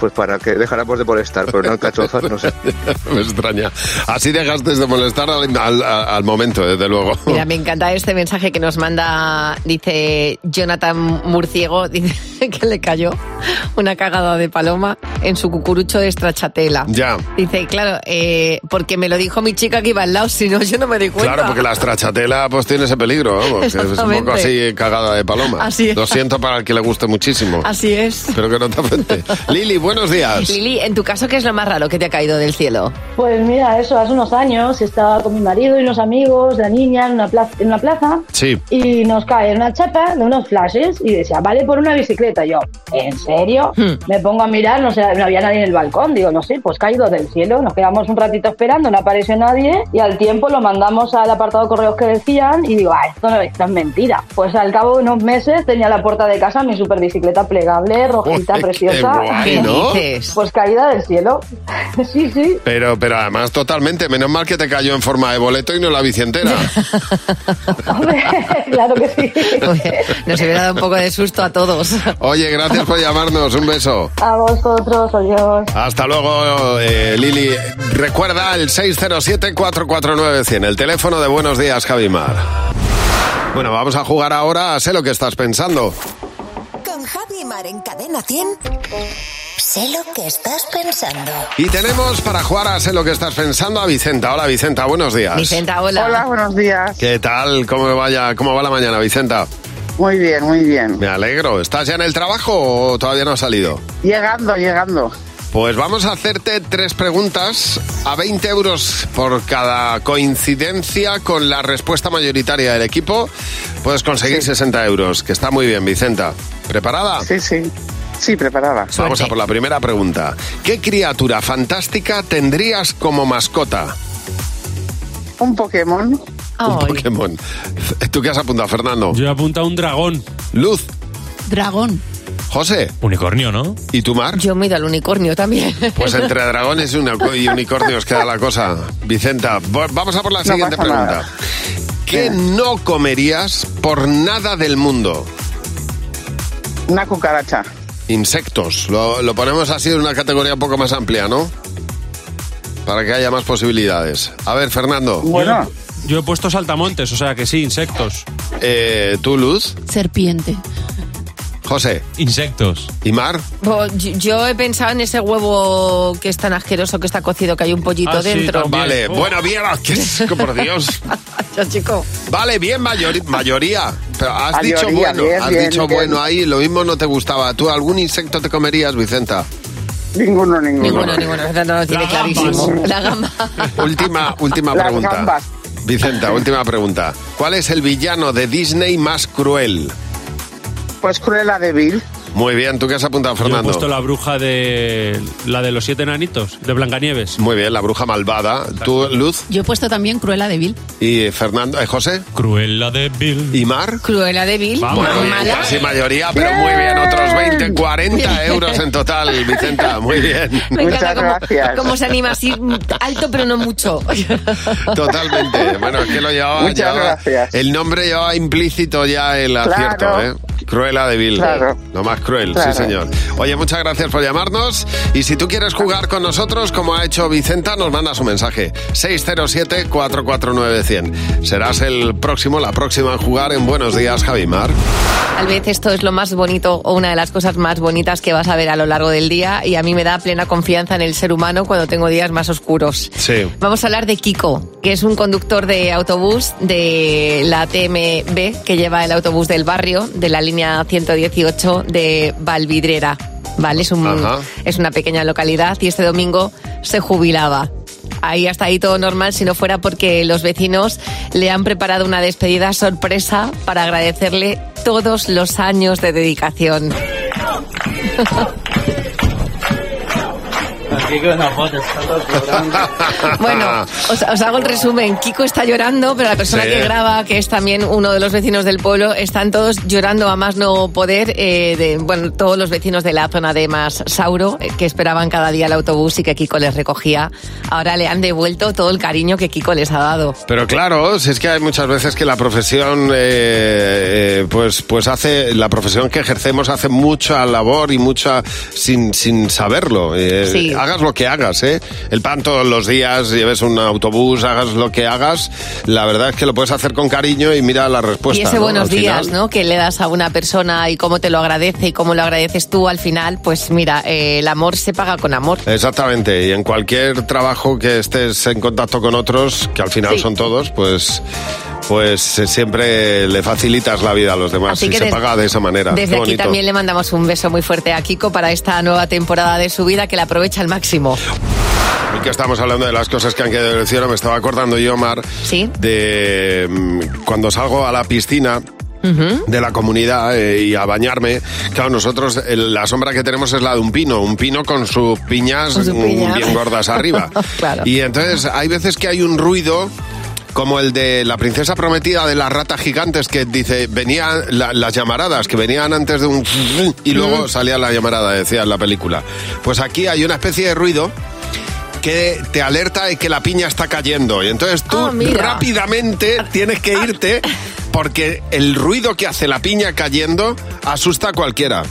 S21: pues para que dejáramos de molestar, pero una alcachofa no sé.
S3: *laughs* Me extraña. Así dejaste de molestar al, al- al momento, desde luego. *laughs*
S6: Mira, me encanta este mensaje que nos manda, dice Jonathan Murciego, *laughs* dice, que le cayó una cagada de paloma en su cucurucho de estrachatela.
S3: Ya.
S6: Dice, claro, eh, porque me lo dijo mi chica que iba al lado, *laughs* si no, yo no me di cuenta.
S3: Claro, porque la estrachatela pues tiene ese peligro, vamos, que es un
S6: Exactamente.
S3: poco así eh, cagada de paloma.
S6: Así es.
S3: Lo siento para el que le guste muchísimo.
S6: Así es.
S3: Pero que no te
S6: *laughs*
S3: afecte. Lili, buenos días.
S6: Lili, en tu caso, ¿qué es lo más raro que te ha caído del cielo?
S1: Pues mira, eso hace unos años estaba con mi marido y unos amigos, la niña, en una plaza, en una plaza
S3: Sí.
S1: y nos cae una chapa de unos flashes y decía, vale por una bicicleta. Yo, ¿en serio?
S3: Hmm.
S1: Me pongo a mirar, no, sé, no había nadie en el balcón, digo, no sé, pues caído del cielo, nos quedamos un ratito esperando, no apareció nadie y al tiempo lo mandamos al apartado de correos que decían y digo, ah, esto, no, esto es mentira. Pues al cabo de unos meses tenía a la puerta de casa mi super bicicleta plegable, rojita,
S3: Uy, qué
S1: preciosa.
S3: guay, ¿no? ¿Qué dices?
S1: Pues caída del cielo. *laughs* sí, sí.
S3: Pero, pero además totalmente, menos mal que te cayó en forma de boleto y no la bici entera.
S1: *laughs* claro que sí.
S6: *laughs* Nos hubiera dado un poco de susto a todos.
S3: Oye, gracias por llamarnos, un beso.
S1: A vosotros, adiós.
S3: Hasta luego, eh, Lili. Recuerda el 607-449-100, el teléfono de Buenos Días, Javimar. Bueno, vamos a jugar ahora a Sé lo que estás pensando.
S4: Con Javi Mar en Cadena 100. Sé lo que estás pensando.
S3: Y tenemos para jugar a Sé lo que estás pensando a Vicenta. Hola, Vicenta, buenos días.
S6: *laughs* Vicenta, hola.
S1: Hola,
S19: buenos días.
S3: ¿Qué tal? ¿Cómo, vaya, ¿Cómo va la mañana, Vicenta?
S19: Muy bien, muy bien.
S3: Me alegro. ¿Estás ya en el trabajo o todavía no has salido?
S19: Llegando, llegando.
S3: Pues vamos a hacerte tres preguntas a 20 euros por cada coincidencia con la respuesta mayoritaria del equipo. Puedes conseguir 60 euros, que está muy bien, Vicenta. ¿Preparada?
S19: Sí, sí. Sí, preparada.
S3: Vamos a por la primera pregunta. ¿Qué criatura fantástica tendrías como mascota?
S19: Un Pokémon.
S3: Un Pokémon. ¿Tú qué has apuntado, Fernando? Yo he apuntado un dragón. Luz.
S6: Dragón.
S3: José.
S7: Unicornio, ¿no?
S3: ¿Y tú, Mar?
S6: Yo me he ido al unicornio también.
S3: Pues
S6: *laughs*
S3: entre dragones y unico- y unicornios queda la cosa. Vicenta, vo- vamos a por la
S6: No
S3: siguiente
S6: pasa
S3: pregunta.
S6: nada.
S3: ¿Qué no comerías por nada del mundo?
S19: Una cucaracha.
S3: Insectos. Lo, lo ponemos así en una categoría un poco más amplia, ¿no? Para que haya más posibilidades. A ver, Fernando.
S19: Bueno.
S7: Yo he puesto saltamontes, o sea que sí, insectos.
S3: Eh, ¿Tú, Luz?
S6: Serpiente.
S3: José.
S7: Insectos.
S3: ¿Y Mar?
S6: Yo yo he pensado en ese huevo que es tan asqueroso que está cocido, que hay un pollito
S3: Ah,
S6: dentro.
S3: vale, bueno, bien, ah, que es- que por Dios.
S6: Ya, chico.
S3: Vale, bien, mayori- mayoría. Pero has dicho
S19: Mayoría,
S3: bueno,
S19: bien,
S3: has
S19: bien,
S3: dicho
S19: bien.
S3: bueno ahí, lo mismo no te gustaba. ¿Tú algún insecto te comerías, Vicenta?
S19: Ninguno, ninguno.
S6: Ninguno, ninguno. No, no lo tiene clarísimo. La gamba.
S3: Última,
S19: *laughs*
S3: última
S6: Las
S3: pregunta.
S6: gambas.
S3: Vicenta, última pregunta. ¿Cuál es el villano de Disney más cruel?
S19: Pues Cruella de Vil.
S3: Muy bien, ¿tú qué has apuntado,
S7: Yo he
S3: Fernando?
S7: puesto la bruja de. La de los siete enanitos, de Blancanieves.
S3: Muy bien, la bruja malvada. ¿Tú, Luz?
S5: Yo he puesto también Cruella de Vil.
S3: ¿Y eh, Fernando? eh, ¿José?
S7: Cruella de Bill.
S3: ¿Y Mar?
S6: Cruella de Vil.
S3: Muy bien,
S6: mala.
S3: casi mayoría, pero muy bien. Otros 20, 40 euros en total, Vicenta. Muy bien.
S6: Me encanta cómo- cómo se anima así mm, alto, pero no mucho. *laughs*
S3: Totalmente. *laughs* Bueno, es que lo llevaba.
S19: Muchas
S3: llevaba-
S19: gracias.
S3: El nombre llevaba implícito ya el
S19: Claro.
S3: acierto, ¿eh? Cruella de Vil.
S19: Claro.
S3: Lo más cruel,
S19: Claro.
S3: sí, señor. Oye, muchas gracias por llamarnos. Y si tú quieres jugar con nosotros, como ha hecho Vicenta, nos mandas un mensaje: 607-449-100. Serás el próximo, la próxima en jugar en Buenos Días, Javimar.
S6: Tal vez esto es lo más bonito o una de las cosas más bonitas que vas a ver a lo largo del día y a mí me da plena confianza en el ser humano cuando tengo días más oscuros.
S3: Sí.
S6: Vamos a hablar de Kiko, que es un conductor de autobús de la TMB, que lleva el autobús del barrio, de la línea 118 de Valvidrera. ¿Vale? Es, un-
S22: Ajá.
S6: es una pequeña localidad y este domingo se jubilaba. Ahí hasta ahí todo normal, si no fuera porque los vecinos le han preparado una despedida sorpresa para agradecerle todos los años de dedicación.
S3: *laughs*
S6: Bueno, os, os hago el resumen. Kiko está llorando, pero la persona
S22: Sí.
S6: que graba, que es también uno de los vecinos del pueblo, están todos llorando a más no poder. eh, de, bueno, todos los vecinos de la zona de Masauro, eh, que esperaban cada día el autobús y que Kiko les recogía, ahora le han devuelto todo el cariño que Kiko les ha dado.
S3: Pero claro, si es que hay muchas veces que la profesión, eh, eh, pues, pues hace, la profesión que ejercemos hace mucha labor y mucha sin, sin saberlo. Eh,
S6: Sí.
S3: Hagas hagas lo que hagas, ¿eh? El pan todos los días, lleves un autobús, hagas lo que hagas, la verdad es que lo puedes hacer con cariño y mira la respuesta.
S6: Y ese
S3: Pues ¿no?
S6: buenos
S3: Al final.
S6: días, ¿no? Que le das a una persona y cómo te lo agradece y cómo lo agradeces tú al final, pues mira, eh, el amor se paga con amor.
S3: Exactamente, y en cualquier trabajo que estés en contacto con otros, que al final
S6: Sí.
S3: son todos, pues pues eh, siempre le facilitas la vida a los demás
S6: Así
S3: y
S6: que
S3: se
S6: des-
S3: paga de esa manera. Qué
S6: Desde aquí
S3: bonito.
S6: también le mandamos un beso muy fuerte a Kiko para esta nueva temporada de su vida que la aprovecha al máximo.
S3: Hoy que estamos hablando de las cosas que han quedado en el cielo, me estaba acordando yo, Mar,
S6: Sí.
S3: de mm, cuando salgo a la piscina de la comunidad eh, y a bañarme. Claro, nosotros el- la sombra que tenemos es la de un pino, un pino con sus piñas
S21: Con su
S3: mm,
S21: piña.
S3: bien gordas *laughs*
S6: *laughs*
S3: arriba.
S21: Claro.
S3: Y entonces hay veces que hay un ruido como el de la princesa prometida de las ratas gigantes que dice, venían la- las llamaradas, que venían antes de un... y
S6: Mm.
S3: luego salía la llamarada, decía en la película. Pues aquí hay una especie de ruido que te alerta de que la piña está cayendo y entonces tú
S21: Ah, mira.
S6: *laughs*
S3: rápidamente tienes que irte porque el ruido que hace la piña cayendo asusta a cualquiera.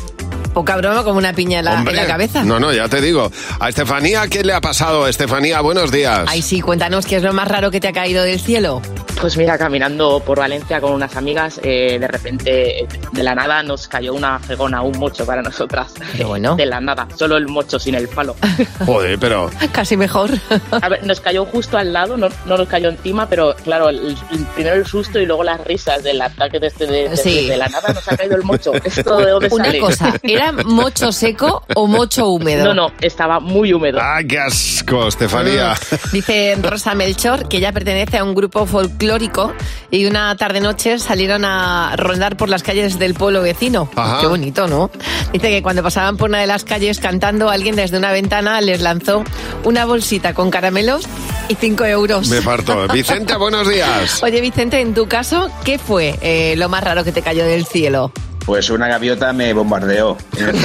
S6: Poca broma como una piña en Ah, la, en la cabeza.
S3: No, no, ya te digo. A Estefanía, ¿qué le ha pasado? Estefanía, buenos días.
S6: Ay, sí, cuéntanos qué es lo más raro que te ha caído del cielo.
S1: Pues mira, caminando por Valencia con unas amigas, eh, de repente, eh, de la nada, nos cayó una fregona, un mocho para nosotras. De la nada, solo el mocho sin el palo.
S3: Joder, pero
S6: *laughs* Casi mejor.
S1: *laughs* A ver, nos cayó justo al lado, no, no nos cayó encima, pero claro, el- el- primero el susto y luego las risas del ataque de, este de, de-
S6: Sí.
S1: de la nada, nos ha caído el mocho. ¿Esto de dónde
S6: Una
S1: sale?
S6: cosa, ¿era mocho seco o mocho
S1: No,
S6: húmedo?
S1: no, estaba muy húmedo.
S3: ¡Ah, qué asco, Estefanía!
S6: Dice Rosa Melchor que ella pertenece a un grupo folclórico y una tarde-noche salieron a rondar por las calles del pueblo vecino. Pues
S21: Ajá.
S6: Qué bonito, ¿no? Dice que cuando pasaban por una de las calles cantando, alguien desde una ventana les lanzó una bolsita con caramelos y cinco euros.
S3: Me
S6: *laughs*
S3: parto. Vicente, buenos días.
S6: Oye, Vicente, en tu caso, ¿qué fue eh, lo más raro que te cayó del cielo?
S9: Pues una gaviota me bombardeó.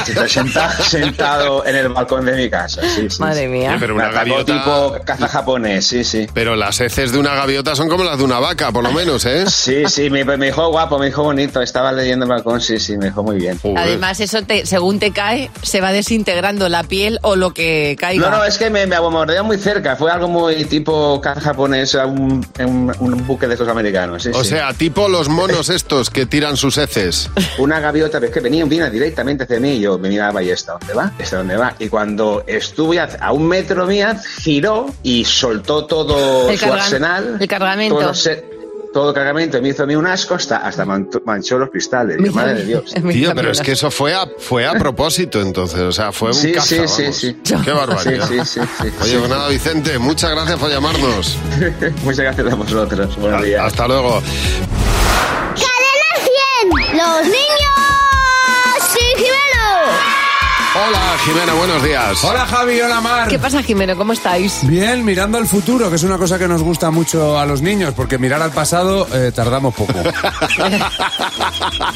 S9: Estoy
S19: *laughs*
S9: senta- sentado en el balcón de mi casa. Sí, sí,
S6: Madre
S9: sí.
S6: mía.
S3: Pero una
S9: Me atacó
S3: gaviota...
S9: tipo caza japonés, sí, sí.
S3: Pero las heces de una gaviota son como las de una vaca, por lo menos, ¿eh?
S9: Sí, sí, me, me dijo guapo, me dijo bonito. Estaba leyendo el balcón, sí, sí, me dijo muy bien.
S3: Pues-
S6: Además, eso te, según te cae, se va desintegrando la piel o lo que caiga.
S9: No, no, es que me, me bombardeó muy cerca. Fue algo muy tipo caza japonés, un, un, un buque de esos americanos. sí,
S3: O
S9: sí.
S3: sea, tipo los monos estos que tiran sus heces.
S9: Una gaviota, pero es que venía, vino directamente hacia mí y yo me miraba y esta dónde va, esta dónde va. Y cuando estuve a, a un metro mía, giró y soltó todo
S6: El
S9: su
S6: carga-
S9: arsenal.
S6: el cargamento.
S9: Todo, se- todo el cargamento. Me hizo a mí un asco hasta, hasta manchó- manchó los cristales. Yo, madre de Dios.
S3: Tío, pero es que eso fue a, fue a propósito entonces, o sea, fue un
S9: Sí,
S3: caza,
S9: sí,
S3: vamos.
S9: sí, sí.
S3: Qué barbaridad.
S9: Sí, sí, sí, sí.
S3: Oye,
S9: Sí.
S3: pues nada, Vicente, muchas gracias por llamarnos.
S9: *laughs* muchas gracias a vosotros. Buenos días.
S3: Hasta luego.
S21: ¡Los niños! ¡Sí,
S3: Hola, Ah, Jimena, buenos días.
S4: Hola, Javi, hola, Mar.
S6: ¿Qué pasa, Jimeno?
S4: *laughs*
S6: ¿Cómo estáis?
S4: Bien, mirando al futuro, que es una cosa que nos gusta mucho a los niños, porque mirar al pasado eh,
S3: *laughs*
S4: tardamos poco.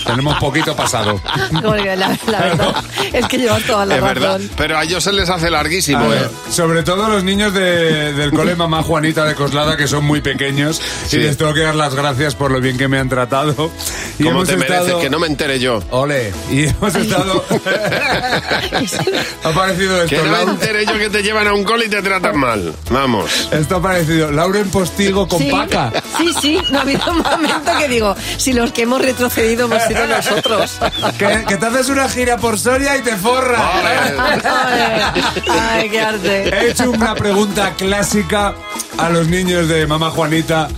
S4: Tenemos poquito pasado.
S6: Ah, Como que la, la verdad es que llevas toda la
S4: Es
S6: razón.
S4: verdad.
S3: Pero a ellos se les hace larguísimo,
S4: A
S3: ¿eh?
S4: ver, Sobre todo los niños de- del cole mamá Juanita de Coslada, que son muy pequeños, y les tengo que dar las gracias por lo bien que me han tratado. Y
S3: Como
S4: hemos
S3: te mereces,
S4: estado-
S3: que no me entere yo.
S4: Ole, y hemos estado... *laughs* ha parecido
S3: Que
S4: esto,
S3: no me
S4: Laura.
S3: entere yo que te llevan a un col y te tratan mal. Vamos.
S4: Esto ha parecido Lauren Postigo con
S6: Sí,
S4: paca.
S6: Sí, sí, no ha habido un momento que digo, si los que hemos retrocedido hemos sido nosotros.
S4: Que, que te haces una gira por Soria y te forras.
S6: Ay, qué arte.
S4: He hecho una pregunta clásica a los niños de mamá Juanita.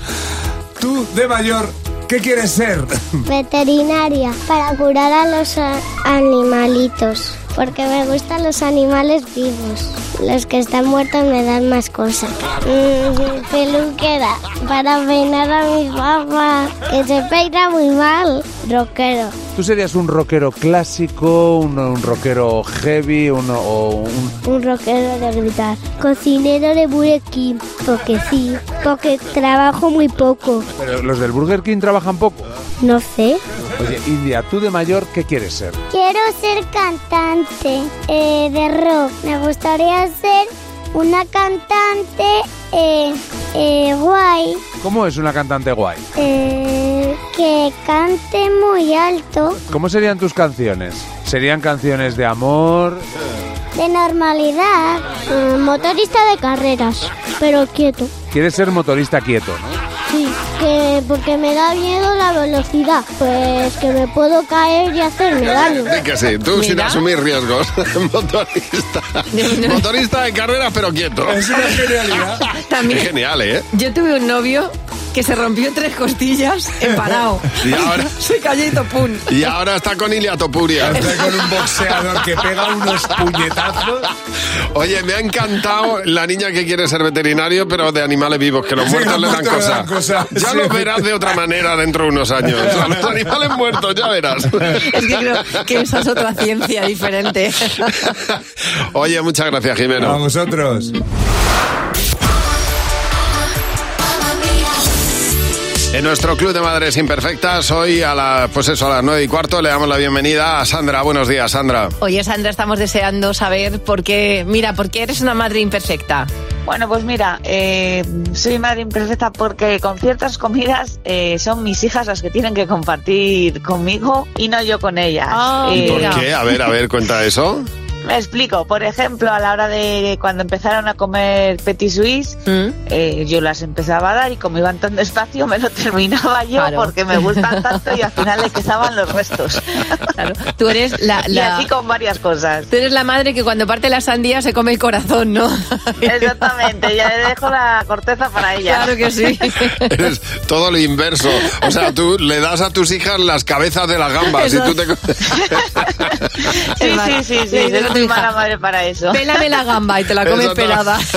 S4: Tú, de mayor, ¿qué quieres ser?
S24: Veterinaria, para curar a los a- animalitos, porque me gustan los animales vivos. Los que están muertos me dan más cosas. Mm, peluquera, para peinar a mi papá, que se peina muy mal. Roquero.
S25: ¿Tú serías un rockero clásico, un, un rockero heavy uno, o un...
S24: Un roquero de gritar. Cocinero de burequín, porque sí, porque trabajo muy poco.
S25: Pero los del Burger King trabajan poco.
S24: No sé.
S25: Oye, India, tú de mayor, ¿qué quieres ser?
S24: Quiero ser cantante eh, de rock. Me gustaría ser una cantante eh, eh, guay
S25: ¿Cómo es una cantante guay?
S24: eh, que cante muy alto.
S25: ¿Cómo serían tus canciones? ¿Serían canciones de amor?
S24: De normalidad, eh, motorista de carreras, pero quieto.
S26: Quieres ser motorista quieto, ¿no?
S24: Sí, que porque me da miedo la velocidad, pues que me puedo caer y hacerme daño.
S3: Sí *laughs* que sí, tú sin asumir riesgos. *laughs* Motorista. Motorista de carreras, pero quieto.
S6: Es una genialidad. *laughs* También.
S3: Es genial, ¿eh?
S6: Yo tuve un novio que se rompió tres costillas en parado. *laughs*
S3: Y ahora-
S6: Se cayó y topún.
S3: Y ahora está con Ilia Topuria.
S6: Está con un boxeador que pega
S22: unos puñetazos.
S3: Oye, me ha encantado la niña que quiere ser veterinario, pero de animales vivos, que los
S22: Sí, los
S3: muertos le dan
S22: muertos le dan
S3: cosas.
S22: cosa,
S3: Ya
S22: sí.
S3: los verás de otra manera dentro de unos años. A los animales muertos, ya verás.
S6: Es que creo que esa es otra ciencia
S4: *laughs*
S6: diferente.
S3: Oye, muchas gracias, Jimeno.
S22: A vosotros.
S3: En nuestro Club de Madres Imperfectas, hoy a las, pues eso, a las 9 y cuarto, le damos la bienvenida a Sandra. Buenos días, Sandra.
S6: Oye, Sandra, estamos deseando saber por qué. Mira, por qué eres una madre imperfecta.
S10: Bueno, pues mira, eh, soy madre imperfecta porque con ciertas comidas eh, son mis hijas las que tienen que compartir conmigo y no yo con ellas.
S3: ¿Y
S6: Ah.
S10: Eh,
S3: por qué? A ver, a ver, cuenta eso.
S10: Me explico, por ejemplo, a la hora de cuando empezaron a comer petit suisse,
S6: ¿Mm?
S10: eh, yo las empezaba a dar y como iban tan despacio me lo *laughs* terminaba yo
S6: Claro.
S10: porque me gustan tanto y al final le quedaban los
S6: *laughs*
S10: restos.
S6: Tú eres la-
S10: Y
S6: la-
S10: así con varias cosas.
S6: Tú eres la madre que cuando parte la sandía se come el corazón, ¿no?
S10: *laughs* Exactamente, ya le dejo la corteza para ella.
S6: Claro
S10: *laughs*
S6: que sí.
S3: *laughs* Eres todo lo inverso. O sea, tú le das a tus hijas las cabezas de las gambas. Y tú te...
S10: Sí, sí, sí, sí,
S6: Le dices
S10: soy
S6: a tu
S10: muy
S6: hija,
S10: mala madre para eso.
S6: Pélame la gamba y te la
S3: Eso
S6: comes
S3: no.
S6: pelada.
S10: *laughs*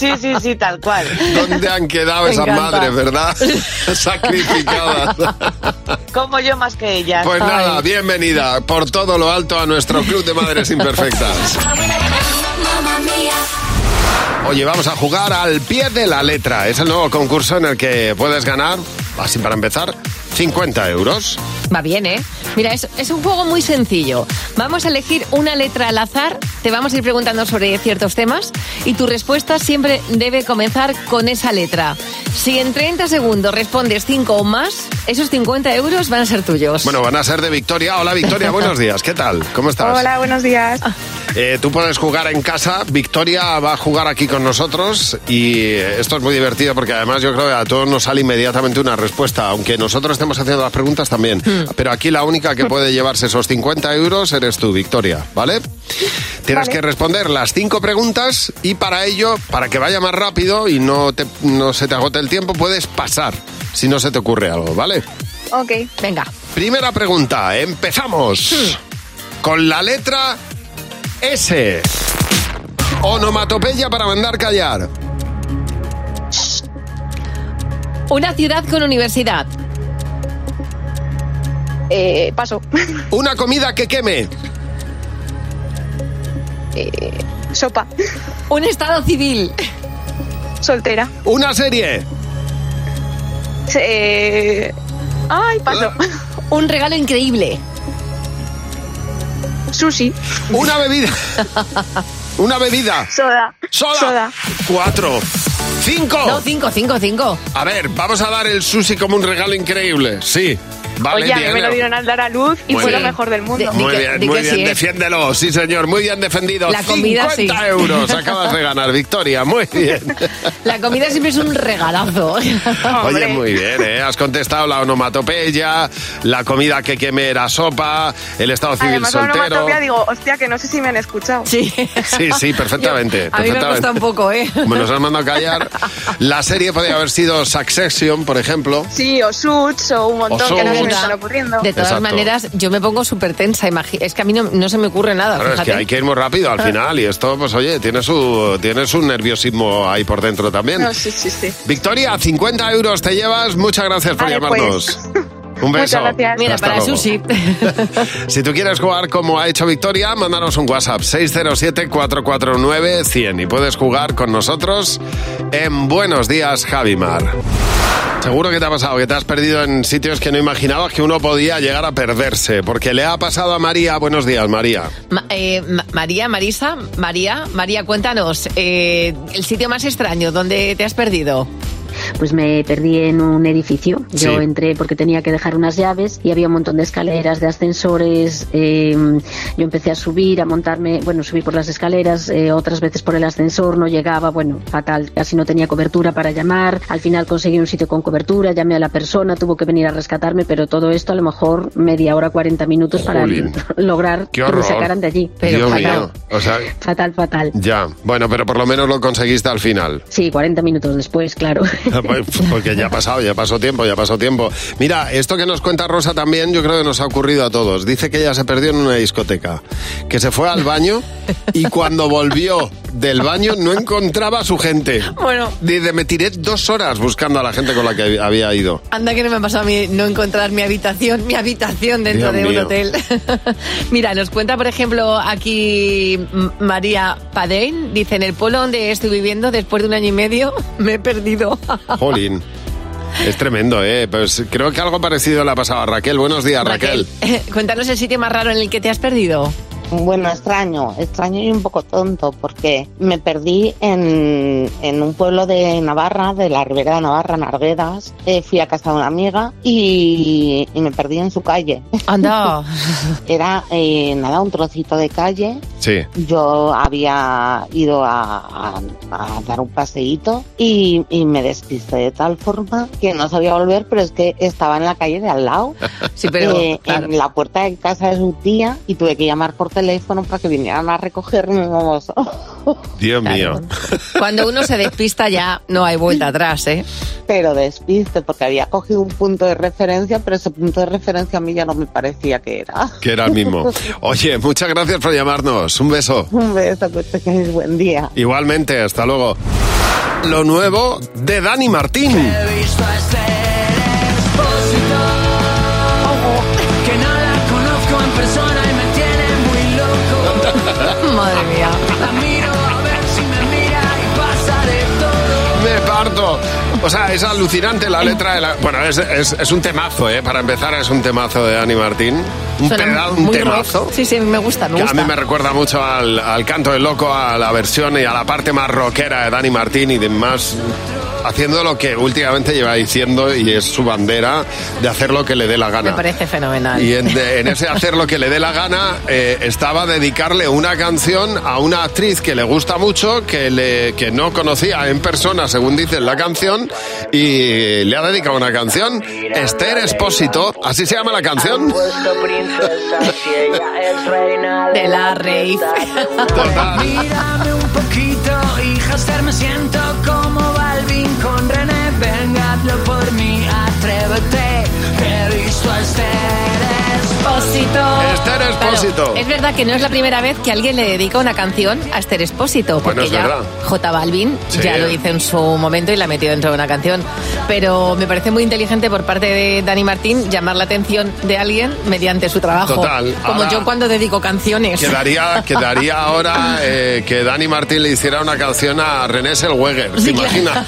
S10: Sí, sí, sí, tal cual.
S3: *laughs* ¿Dónde han quedado
S10: Me
S3: esas
S10: encanta.
S3: madres, *laughs* verdad? Sacrificadas.
S10: Como yo más que ella.
S3: Pues nada, bienvenida por todo lo alto a nuestro Club de Madres
S15: *laughs*
S3: Imperfectas. Oye, vamos a jugar al pie de la letra. Es el nuevo concurso en el que puedes ganar, así para empezar, 50 euros.
S6: Va bien, ¿eh? Mira, es, es un juego muy sencillo. Vamos a elegir una letra al azar, te vamos a ir preguntando sobre ciertos temas y tu respuesta siempre debe comenzar con esa letra. Si en 30 segundos respondes 5 o más, esos 50 euros van a ser tuyos.
S3: Bueno, van a ser de Victoria. Hola Victoria, buenos días. ¿Qué tal? ¿Cómo estás?
S11: Hola, buenos días.
S6: Ah.
S3: Eh, tú puedes jugar en casa. Victoria va a jugar aquí con nosotros y eh, esto es muy divertido porque además yo creo que a todos nos sale inmediatamente una respuesta, aunque nosotros estemos haciendo las preguntas también. Pero aquí la única que puede llevarse esos 50 euros eres tú, Victoria, ¿vale? Tienes que responder las cinco preguntas y para ello, para que vaya más rápido y no, te- no se te agote el tiempo, puedes pasar si no se te ocurre algo, ¿vale?
S11: Ok.
S6: Venga.
S3: Primera pregunta, empezamos
S11: Hmm.
S3: con la letra S. Onomatopeya para mandar callar.
S6: Una ciudad con universidad.
S11: Eh, paso. *laughs*
S3: Una comida que queme.
S11: sopa.
S6: Eh, Un estado civil.
S11: Soltera.
S3: Una serie.
S11: Eh, Ay, paso. *laughs*
S6: Un regalo increíble.
S11: Sushi.
S3: Una bebida. Una bebida.
S11: *laughs* Soda.
S3: Soda. Cuatro. Cinco.
S6: No, 5, 5, 5.
S3: A ver, vamos a dar el sushi como un regalo increíble. Sí. Vale,
S11: Oye, a mí
S3: bien,
S11: me lo
S3: ¿eh?
S11: dieron al dar a luz y
S3: Muy
S11: fue
S3: bien.
S11: lo mejor del mundo.
S3: Muy bien, muy
S11: ¿eh?
S3: bien, defiéndelo, sí señor, muy bien defendido.
S6: La comida,
S3: 50
S11: *laughs*
S6: sí.
S3: euros acabas de ganar, Victoria, muy bien.
S6: La comida siempre es un
S11: *laughs*
S6: regalazo.
S3: Oye, muy bien, ¿eh? Has contestado la onomatopeya, la comida que queme era sopa, el estado civil
S11: Además, la
S3: soltero.
S11: onomatopeya digo, hostia, que no sé si me han escuchado.
S6: Sí.
S3: Sí, sí,
S6: *laughs*
S3: perfectamente.
S11: a mí me ha
S3: perfectamente.
S11: costado un
S6: poco, ¿eh?
S11: *laughs*
S3: Como nos han mandado a callar. La serie podría haber sido Succession, por ejemplo.
S11: Sí, o suits, o un montón
S3: O
S11: que no se me
S3: suits.
S11: están ocurriendo.
S6: De todas
S3: Exacto.
S6: maneras, yo me pongo súper tensa. imagi- Es que a mí no, no se me ocurre nada.
S3: Claro, es
S6: fíjate.
S3: que hay que ir muy rápido al
S6: Ah.
S3: final y esto, pues oye, tiene su, tiene su nerviosismo ahí por dentro también.
S11: No, sí, sí, sí.
S3: Victoria, 50 euros te llevas. Muchas gracias por
S11: Vale, pues.
S3: llamarnos. Un beso.
S11: *laughs* Muchas gracias.
S6: Mira,
S3: Hasta
S6: para
S3: luego.
S6: sushi.
S3: Si tú quieres jugar como ha hecho Victoria, mándanos un WhatsApp 607-449-100 y puedes jugar con nosotros en Buenos Días, Javimar. Seguro que te ha pasado, que te has perdido en sitios que no imaginabas que uno podía llegar a perderse, porque le ha pasado a María. Buenos días, María.
S6: Ma- eh, Ma- María, Marisa, María, María, cuéntanos, eh, el sitio más extraño donde te has perdido.
S9: pues me perdí en un edificio. Yo
S27: Sí.
S9: entré porque tenía que dejar unas llaves y había un montón de escaleras, de ascensores. eh, yo empecé a subir, a montarme, bueno, subí por las escaleras, eh, otras veces por el ascensor, no llegaba, bueno, fatal, casi no tenía cobertura para llamar. Al final conseguí un sitio con cobertura, llamé a la persona, tuvo que venir a rescatarme, pero todo esto a lo mejor media hora, 40 minutos para
S3: Jolín.
S9: *laughs* lograr
S3: Qué
S9: que me
S3: horror.
S9: sacaran de allí. Pero
S3: Dios
S9: fatal,
S3: mío. O sea,
S9: fatal, fatal.
S3: ya. Bueno, pero por lo menos lo conseguiste al final.
S9: Sí, 40 minutos después, claro.
S3: Pues, *laughs* Porque ya ha pasado, ya pasó tiempo, ya pasó tiempo. Mira, esto que nos cuenta Rosa también, yo creo que nos ha ocurrido a todos. Dice que ella se perdió en una discoteca, que se fue al baño y cuando volvió del baño no encontraba a su gente.
S6: Bueno.
S3: Dice, me tiré dos horas buscando a la gente con la que había ido.
S6: Anda que no me ha pasado a mí no encontrar mi habitación, mi habitación dentro
S3: Dios
S6: de
S3: mío.
S6: un hotel. *laughs* Mira, nos cuenta, por ejemplo, aquí M- María Padein, dice, en el pueblo donde estoy viviendo, después de un año y medio, *laughs* me he perdido. *laughs*
S3: Jolín. Es tremendo, ¿eh? Pues creo que algo parecido le ha pasado a Raquel. Buenos días, Raquel.
S6: *laughs* Cuéntanos el sitio más raro en el que te has perdido.
S1: Bueno, extraño, extraño y un poco tonto, porque me perdí en, en un pueblo de Navarra, de la Ribera de Navarra, Narguedas. Eh, fui a casa de una amiga y, y me perdí en su calle.
S6: Anda.
S1: *laughs* Era, eh, nada, un trocito de calle
S3: Sí.
S1: yo había ido a, a- a dar un paseíto y, y me despisté de tal forma que no sabía volver, pero es que estaba en la calle de al lado,
S6: *laughs*
S1: Eh,
S6: Sí, pero, claro.
S1: en la puerta de casa de su tía y tuve que llamar por teléfono para que vinieran a recogerme, vamos. *laughs*
S3: Dios mío.
S6: Cuando uno se despista ya no
S1: *laughs*
S6: hay vuelta atrás, ¿eh?
S1: Pero despiste, porque había cogido un punto de referencia, pero ese punto de referencia a mí ya no me parecía que era. *laughs*
S3: Que era el mismo. Oye, muchas gracias por llamarnos. Un beso.
S1: Un beso, que tengáis buen día.
S3: Igualmente, hasta luego. Lo nuevo de Dani Martín.
S15: Mm. *laughs* Que no la conozco en persona y me tiene muy loco.
S6: Madre mía.
S15: La miro a ver si me mira y pasa de todo.
S3: Me parto. O sea, es alucinante la letra de la... Bueno, es, es- es un temazo, ¿eh? Para empezar, es un temazo de Dani Martín. Un
S6: Suena
S3: pedal, un
S6: muy
S3: temazo.
S6: rock. Sí, sí, me gusta, me
S3: Que a
S6: gusta.
S3: mí me recuerda mucho al, al canto del loco, a la versión y a la parte más rockera de Dani Martín y demás, haciendo lo que últimamente lleva diciendo y es su bandera de hacer lo que le dé la
S6: Me
S3: gana.
S6: parece fenomenal.
S3: Y en, de- en ese hacer lo que le dé la gana eh, estaba dedicarle una canción a una actriz que le gusta mucho, que, le, que no conocía en persona, según dice en la canción, y le ha dedicado una canción, Esther Espósito, así se llama la canción.
S6: De la rave.
S15: Mírame un poquito, hija Esther, me siento como Balvin con René. Venga, hazlo por mí, atrévete. que He visto a Esther Espósito.
S3: Esther Espósito.
S6: Claro, es verdad que no es la primera vez que alguien le dedica una canción a Esther Espósito, porque
S3: Bueno, es
S6: ya
S3: verdad.
S6: J Balvin
S3: Sí.
S6: ya lo hizo en su momento y la metió dentro de una canción. Pero me parece muy inteligente por parte de Dani Martín llamar la atención de alguien mediante su trabajo.
S3: Total,
S6: Como
S3: ahora-
S6: yo cuando dedico canciones.
S3: Quedaría,
S6: *laughs*
S3: quedaría ahora eh, que Dani Martín le hiciera una canción a René Selweger, ¿te
S6: Sí, claro. *laughs*
S3: imaginas?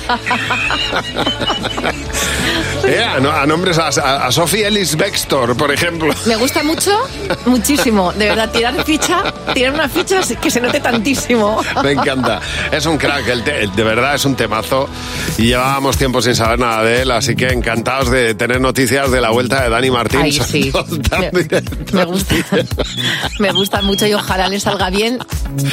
S3: Eh, a, no- a nombres a, a- a Sophie Ellis Bextor, por ejemplo.
S6: Me gusta mucho, muchísimo. De verdad, tirar ficha, tirar una ficha que se note tantísimo.
S3: *laughs* Me encanta. Es un crack, el te- el- de verdad es un temazo. Y llevábamos tiempo sin saber nada de él, así que encantados de tener noticias de la vuelta de Dani Martín.
S6: Ay, sí. Me gusta.
S3: *laughs*
S6: Me gusta mucho y ojalá le salga bien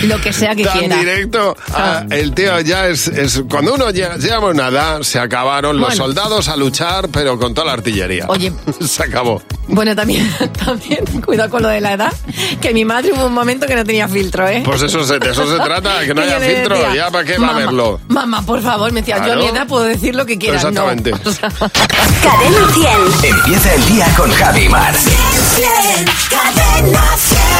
S6: lo que sea que
S3: Tan
S6: quiera.
S3: directo. Ah, el tío ya es, es- Cuando uno llega, llegamos a una edad, se acabaron los
S6: Bueno.
S3: soldados a luchar, pero con toda la artillería.
S6: Oye.
S3: *laughs* Se acabó.
S6: Bueno, también, *laughs* también, cuidado con lo de la edad, que mi madre hubo un momento que no tenía filtro, ¿eh?
S3: Pues eso se- de eso se trata,
S6: *laughs*
S3: que no haya
S6: yo le
S3: filtro, ya, ¿para qué va a
S6: "Mamá,
S3: verlo?".
S6: Mamá, por favor, me decía, yo a
S3: Claro.
S6: mi edad puedo decir lo que quiera.
S15: *laughs*
S6: no".
S3: Exactamente.
S28: Cadena 100. Empieza el día con Javi Mar.
S29: Cadena 100.